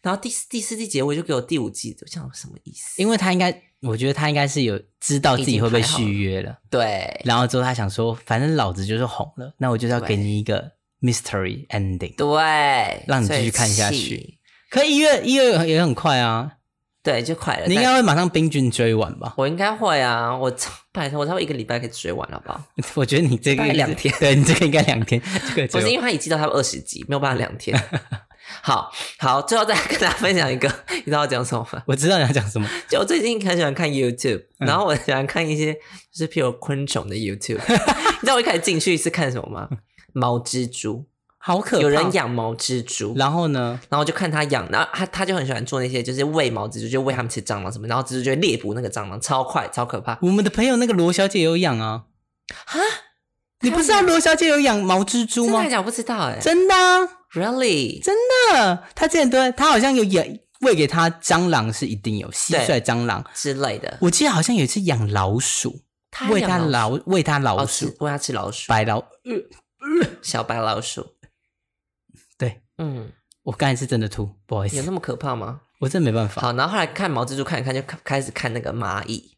Speaker 2: 然后第四第四季结尾就给我第五季，我想什么意思？
Speaker 1: 因为他应该，我觉得他应该是有知道自己会被续约了，
Speaker 2: 对
Speaker 1: 然后之后他想说，反正老子就是红了，那我就是要给你一个 mystery ending。
Speaker 2: 对，
Speaker 1: 让你继续
Speaker 2: 所以
Speaker 1: 看下
Speaker 2: 气
Speaker 1: 去。可一月一月也很快啊，
Speaker 2: 对，就快了。
Speaker 1: 你应
Speaker 2: 呃但
Speaker 1: 该会马上冰菌追完吧？
Speaker 2: 我应该会啊，我超拜托，我差不多一个礼拜可以追完，好不好？
Speaker 1: 我觉得你这个
Speaker 2: 大概两天，
Speaker 1: 对你这个应该两天就 可以
Speaker 2: 不是
Speaker 1: 追
Speaker 2: 因
Speaker 1: 完。
Speaker 2: 为它一季到差不多二十集，没有办法两 天。好好，最后再跟大家分享一个，你知道我讲什么吗？
Speaker 1: 我知道你要讲什么，
Speaker 2: 就我最近很喜欢看 YouTube，然
Speaker 1: 嗯
Speaker 2: 后我喜欢看一些就是譬如昆虫的 YouTube。你 知道我一开始进去是看什么吗？毛蜘蛛，
Speaker 1: 好嗯可怕。哦
Speaker 2: 有人，养毛蜘蛛，
Speaker 1: 然后呢？
Speaker 2: 然后就看他养，然后他他就很喜欢做那些就是喂毛蜘蛛，就喂它们吃蟑螂什么，然后蜘蛛就会猎捕那个蟑螂，超快超可怕。
Speaker 1: 我们的朋友那个罗小姐有养啊，
Speaker 2: 哈，
Speaker 1: 你不知道罗小姐有养毛蜘蛛
Speaker 2: 真的
Speaker 1: 吗
Speaker 2: 还？假的我不知道哎、
Speaker 1: 真的啊，
Speaker 2: r e a l l y
Speaker 1: 真的，她之前都在她好像有养喂给她蟑螂是一定有蟋蟀蟑螂，
Speaker 2: 之类的，
Speaker 1: 我记得好像有一次养老鼠，
Speaker 2: 他
Speaker 1: 喂
Speaker 2: 养
Speaker 1: 它
Speaker 2: 老哦
Speaker 1: 老喂它
Speaker 2: 老
Speaker 1: 老
Speaker 2: 鼠
Speaker 1: 鼠，
Speaker 2: 喂它吃老鼠，
Speaker 1: 白老，
Speaker 2: 小白老鼠。
Speaker 1: 对
Speaker 2: 嗯，
Speaker 1: 我刚才是真的吐，不好意思，
Speaker 2: 有那么可怕吗？
Speaker 1: 我真的没办法。
Speaker 2: 好，然后后来看毛蜘蛛看一看，就开开始看那个蚂蚁，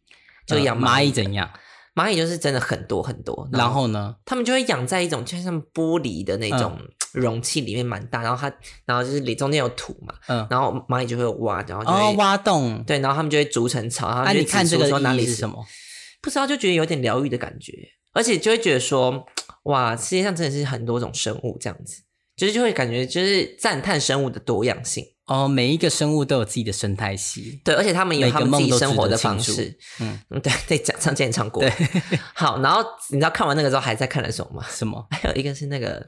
Speaker 2: 就
Speaker 1: 呃
Speaker 2: 养
Speaker 1: 蚂
Speaker 2: 蚁
Speaker 1: 蚁。怎样？
Speaker 2: 蚂蚁就是真的很多很多，
Speaker 1: 然后呢？
Speaker 2: 他们就会养在一种就像玻璃的那种
Speaker 1: 嗯
Speaker 2: 容器里面，蛮大。然后它，然后就是里中间有土嘛，
Speaker 1: 嗯，
Speaker 2: 然后蚂蚁就会挖，然后就
Speaker 1: 哦，
Speaker 2: 会、
Speaker 1: 挖洞。
Speaker 2: 对，然后他们就会筑成巢。然后
Speaker 1: 啊，
Speaker 2: 就
Speaker 1: 你
Speaker 2: 会
Speaker 1: 看
Speaker 2: 指
Speaker 1: 这
Speaker 2: 出
Speaker 1: 个
Speaker 2: 说哪
Speaker 1: 意
Speaker 2: 里
Speaker 1: 义是什
Speaker 2: 么？
Speaker 1: 么？
Speaker 2: 不知道，就觉得有点疗愈的感觉，而且就会觉得说，哇，世界上真的是很多种生物这样子，就是就会感觉就是赞叹生物的多样性。
Speaker 1: 哦，每一个生物都有自己的生态系。
Speaker 2: 对，而且他们有
Speaker 1: 每个
Speaker 2: 他们自
Speaker 1: 梦
Speaker 2: 己
Speaker 1: 都
Speaker 2: 生活的
Speaker 1: 值得
Speaker 2: 方
Speaker 1: 庆祝
Speaker 2: 式。
Speaker 1: 嗯，
Speaker 2: 嗯，对，对，讲上之前唱过。
Speaker 1: 对，
Speaker 2: 好，然后你知道看完那个之后还在看了什么吗？
Speaker 1: 什么？
Speaker 2: 还有一个是那个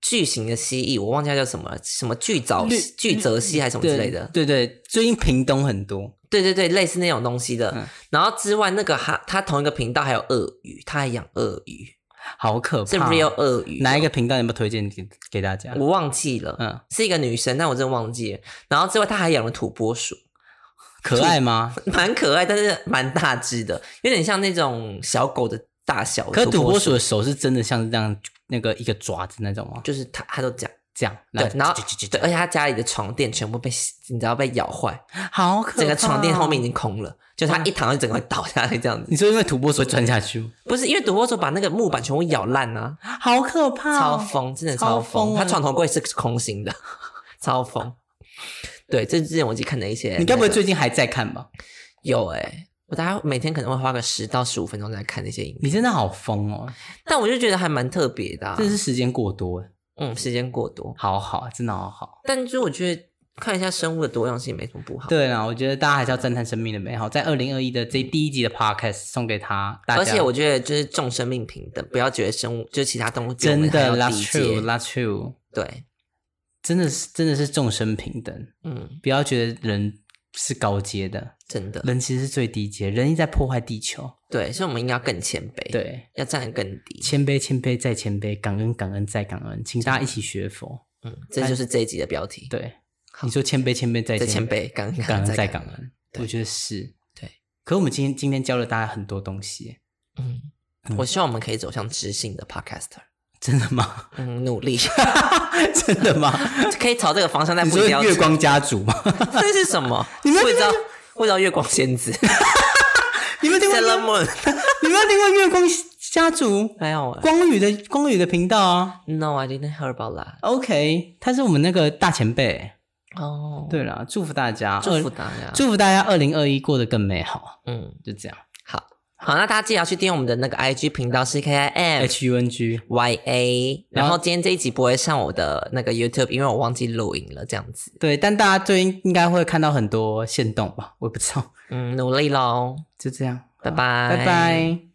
Speaker 2: 巨型的蜥蜴，我忘记它叫什么了，什么巨藻
Speaker 1: 绿、
Speaker 2: 巨泽蜥还是什么之类的。
Speaker 1: 对对，对最近屏东很多。
Speaker 2: 对对对，类似那种东西的。
Speaker 1: 嗯
Speaker 2: 然后之外，那个还它同一个频道还有鳄鱼，它还养鳄鱼，
Speaker 1: 好可怕。
Speaker 2: 是 real 鳄鱼。哦
Speaker 1: 哪一个频道有没有推荐给给大家？
Speaker 2: 我忘记了，
Speaker 1: 嗯，
Speaker 2: 是一个女生，但我真的忘记了。然后之外，她还养了土拨鼠，
Speaker 1: 可爱吗？
Speaker 2: 蛮可爱，但是蛮大只的，有点像那种小狗的大小。
Speaker 1: 可是土拨
Speaker 2: 拨
Speaker 1: 鼠的手是真的像是这样，那个一个爪子那种吗？
Speaker 2: 就是它，它都讲
Speaker 1: 这样，
Speaker 2: 对，然后
Speaker 1: 啾啾啾啾
Speaker 2: 对，而且它家里的床垫全部被你知道被咬坏，
Speaker 1: 好可怕。哦
Speaker 2: 整个床垫后面已，经空了，就
Speaker 1: 嗯
Speaker 2: 它一躺就整个会倒下来这样子。
Speaker 1: 你说因为土拨鼠会钻下去吗，
Speaker 2: 不是因为土拨鼠把那个木板全部咬烂啊，
Speaker 1: 好可怕
Speaker 2: 超
Speaker 1: 哦。
Speaker 2: 疯，真的
Speaker 1: 超
Speaker 2: 超
Speaker 1: 疯
Speaker 2: 疯。
Speaker 1: 啊
Speaker 2: 它床头柜是空心的，超疯。对，这是之前我已经看的一些，
Speaker 1: 你该不会最近还在看吧？
Speaker 2: 有哎、我大概每天可能会花个十到十五分钟在看那些影片，
Speaker 1: 你真的好疯哦，
Speaker 2: 但我就觉得还蛮特别的、啊。
Speaker 1: 真的是时间过多了。
Speaker 2: 嗯，时间过多，
Speaker 1: 好好，真的好好。
Speaker 2: 但就是我觉得看一下生物的多样性没什么不好。，
Speaker 1: 对啦，我觉得大家还是要赞叹生命的美好。在二零二一的这第一集的 podcast 送给他大家，
Speaker 2: 而且我觉得就是众生命平等，不要觉得生物就是其他动物比我
Speaker 1: 真
Speaker 2: 们还
Speaker 1: 的
Speaker 2: 要
Speaker 1: that's
Speaker 2: 低阶
Speaker 1: true，that's true，
Speaker 2: 对，
Speaker 1: 真的是真的是众生平等，
Speaker 2: 嗯，
Speaker 1: 不要觉得人是高阶的，
Speaker 2: 真的，
Speaker 1: 人其实是最低阶，人一直在破坏地球。
Speaker 2: 对，所以我们应该要更谦卑，，
Speaker 1: 对，
Speaker 2: 要站得更低。
Speaker 1: 谦卑，谦卑再谦卑，感恩，感恩再感恩，请大家一起学佛。
Speaker 2: 嗯，这就是这一集的标题。，
Speaker 1: 对，你说谦卑，谦卑再
Speaker 2: 再
Speaker 1: 谦
Speaker 2: 谦
Speaker 1: 卑，
Speaker 2: 卑，感恩
Speaker 1: 感恩再
Speaker 2: 感
Speaker 1: 感
Speaker 2: 恩。
Speaker 1: 恩，
Speaker 2: 对
Speaker 1: 我觉得是。
Speaker 2: 对，
Speaker 1: 可我们今天今天教了大家很多东西，
Speaker 2: 嗯
Speaker 1: 嗯，
Speaker 2: 我希望我们可以走向知性的 podcaster。
Speaker 1: 真的吗？
Speaker 2: 嗯，努力
Speaker 1: 真的吗？
Speaker 2: 可以朝这个方 向，但
Speaker 1: 你
Speaker 2: 不一
Speaker 1: 说
Speaker 2: 定要
Speaker 1: 月光家族 吗？
Speaker 2: 这是什么？
Speaker 1: 你没有
Speaker 2: 我也知道，我也知道月光仙子
Speaker 1: 你们听过？
Speaker 2: Sailor
Speaker 1: 你
Speaker 2: Moon
Speaker 1: 们有听过月光家族？
Speaker 2: 没有啊
Speaker 1: 光宇的光宇的频道啊
Speaker 2: ？No, I didn't hear about that.
Speaker 1: ，OK，他是我们那个大前辈。
Speaker 2: 哦，
Speaker 1: 对啦，祝福大家，
Speaker 2: 祝福
Speaker 1: 二
Speaker 2: 大家。
Speaker 1: 祝福大家二零二一过得更美好，
Speaker 2: 嗯，
Speaker 1: 就这样。
Speaker 2: 好好，那大家记得要去订阅我们的那个 IG 频道是 K I M
Speaker 1: H U N G，
Speaker 2: Y A，
Speaker 1: 然
Speaker 2: 然
Speaker 1: 后
Speaker 2: 后今天这一集不会上我的那个 YouTube，因为我忘记录影了，这样子。
Speaker 1: 对，但大家最近应该会看到很多线动吧？我也不知道，
Speaker 2: 嗯，努力喽，
Speaker 1: 就这样，
Speaker 2: 拜拜，
Speaker 1: 拜拜。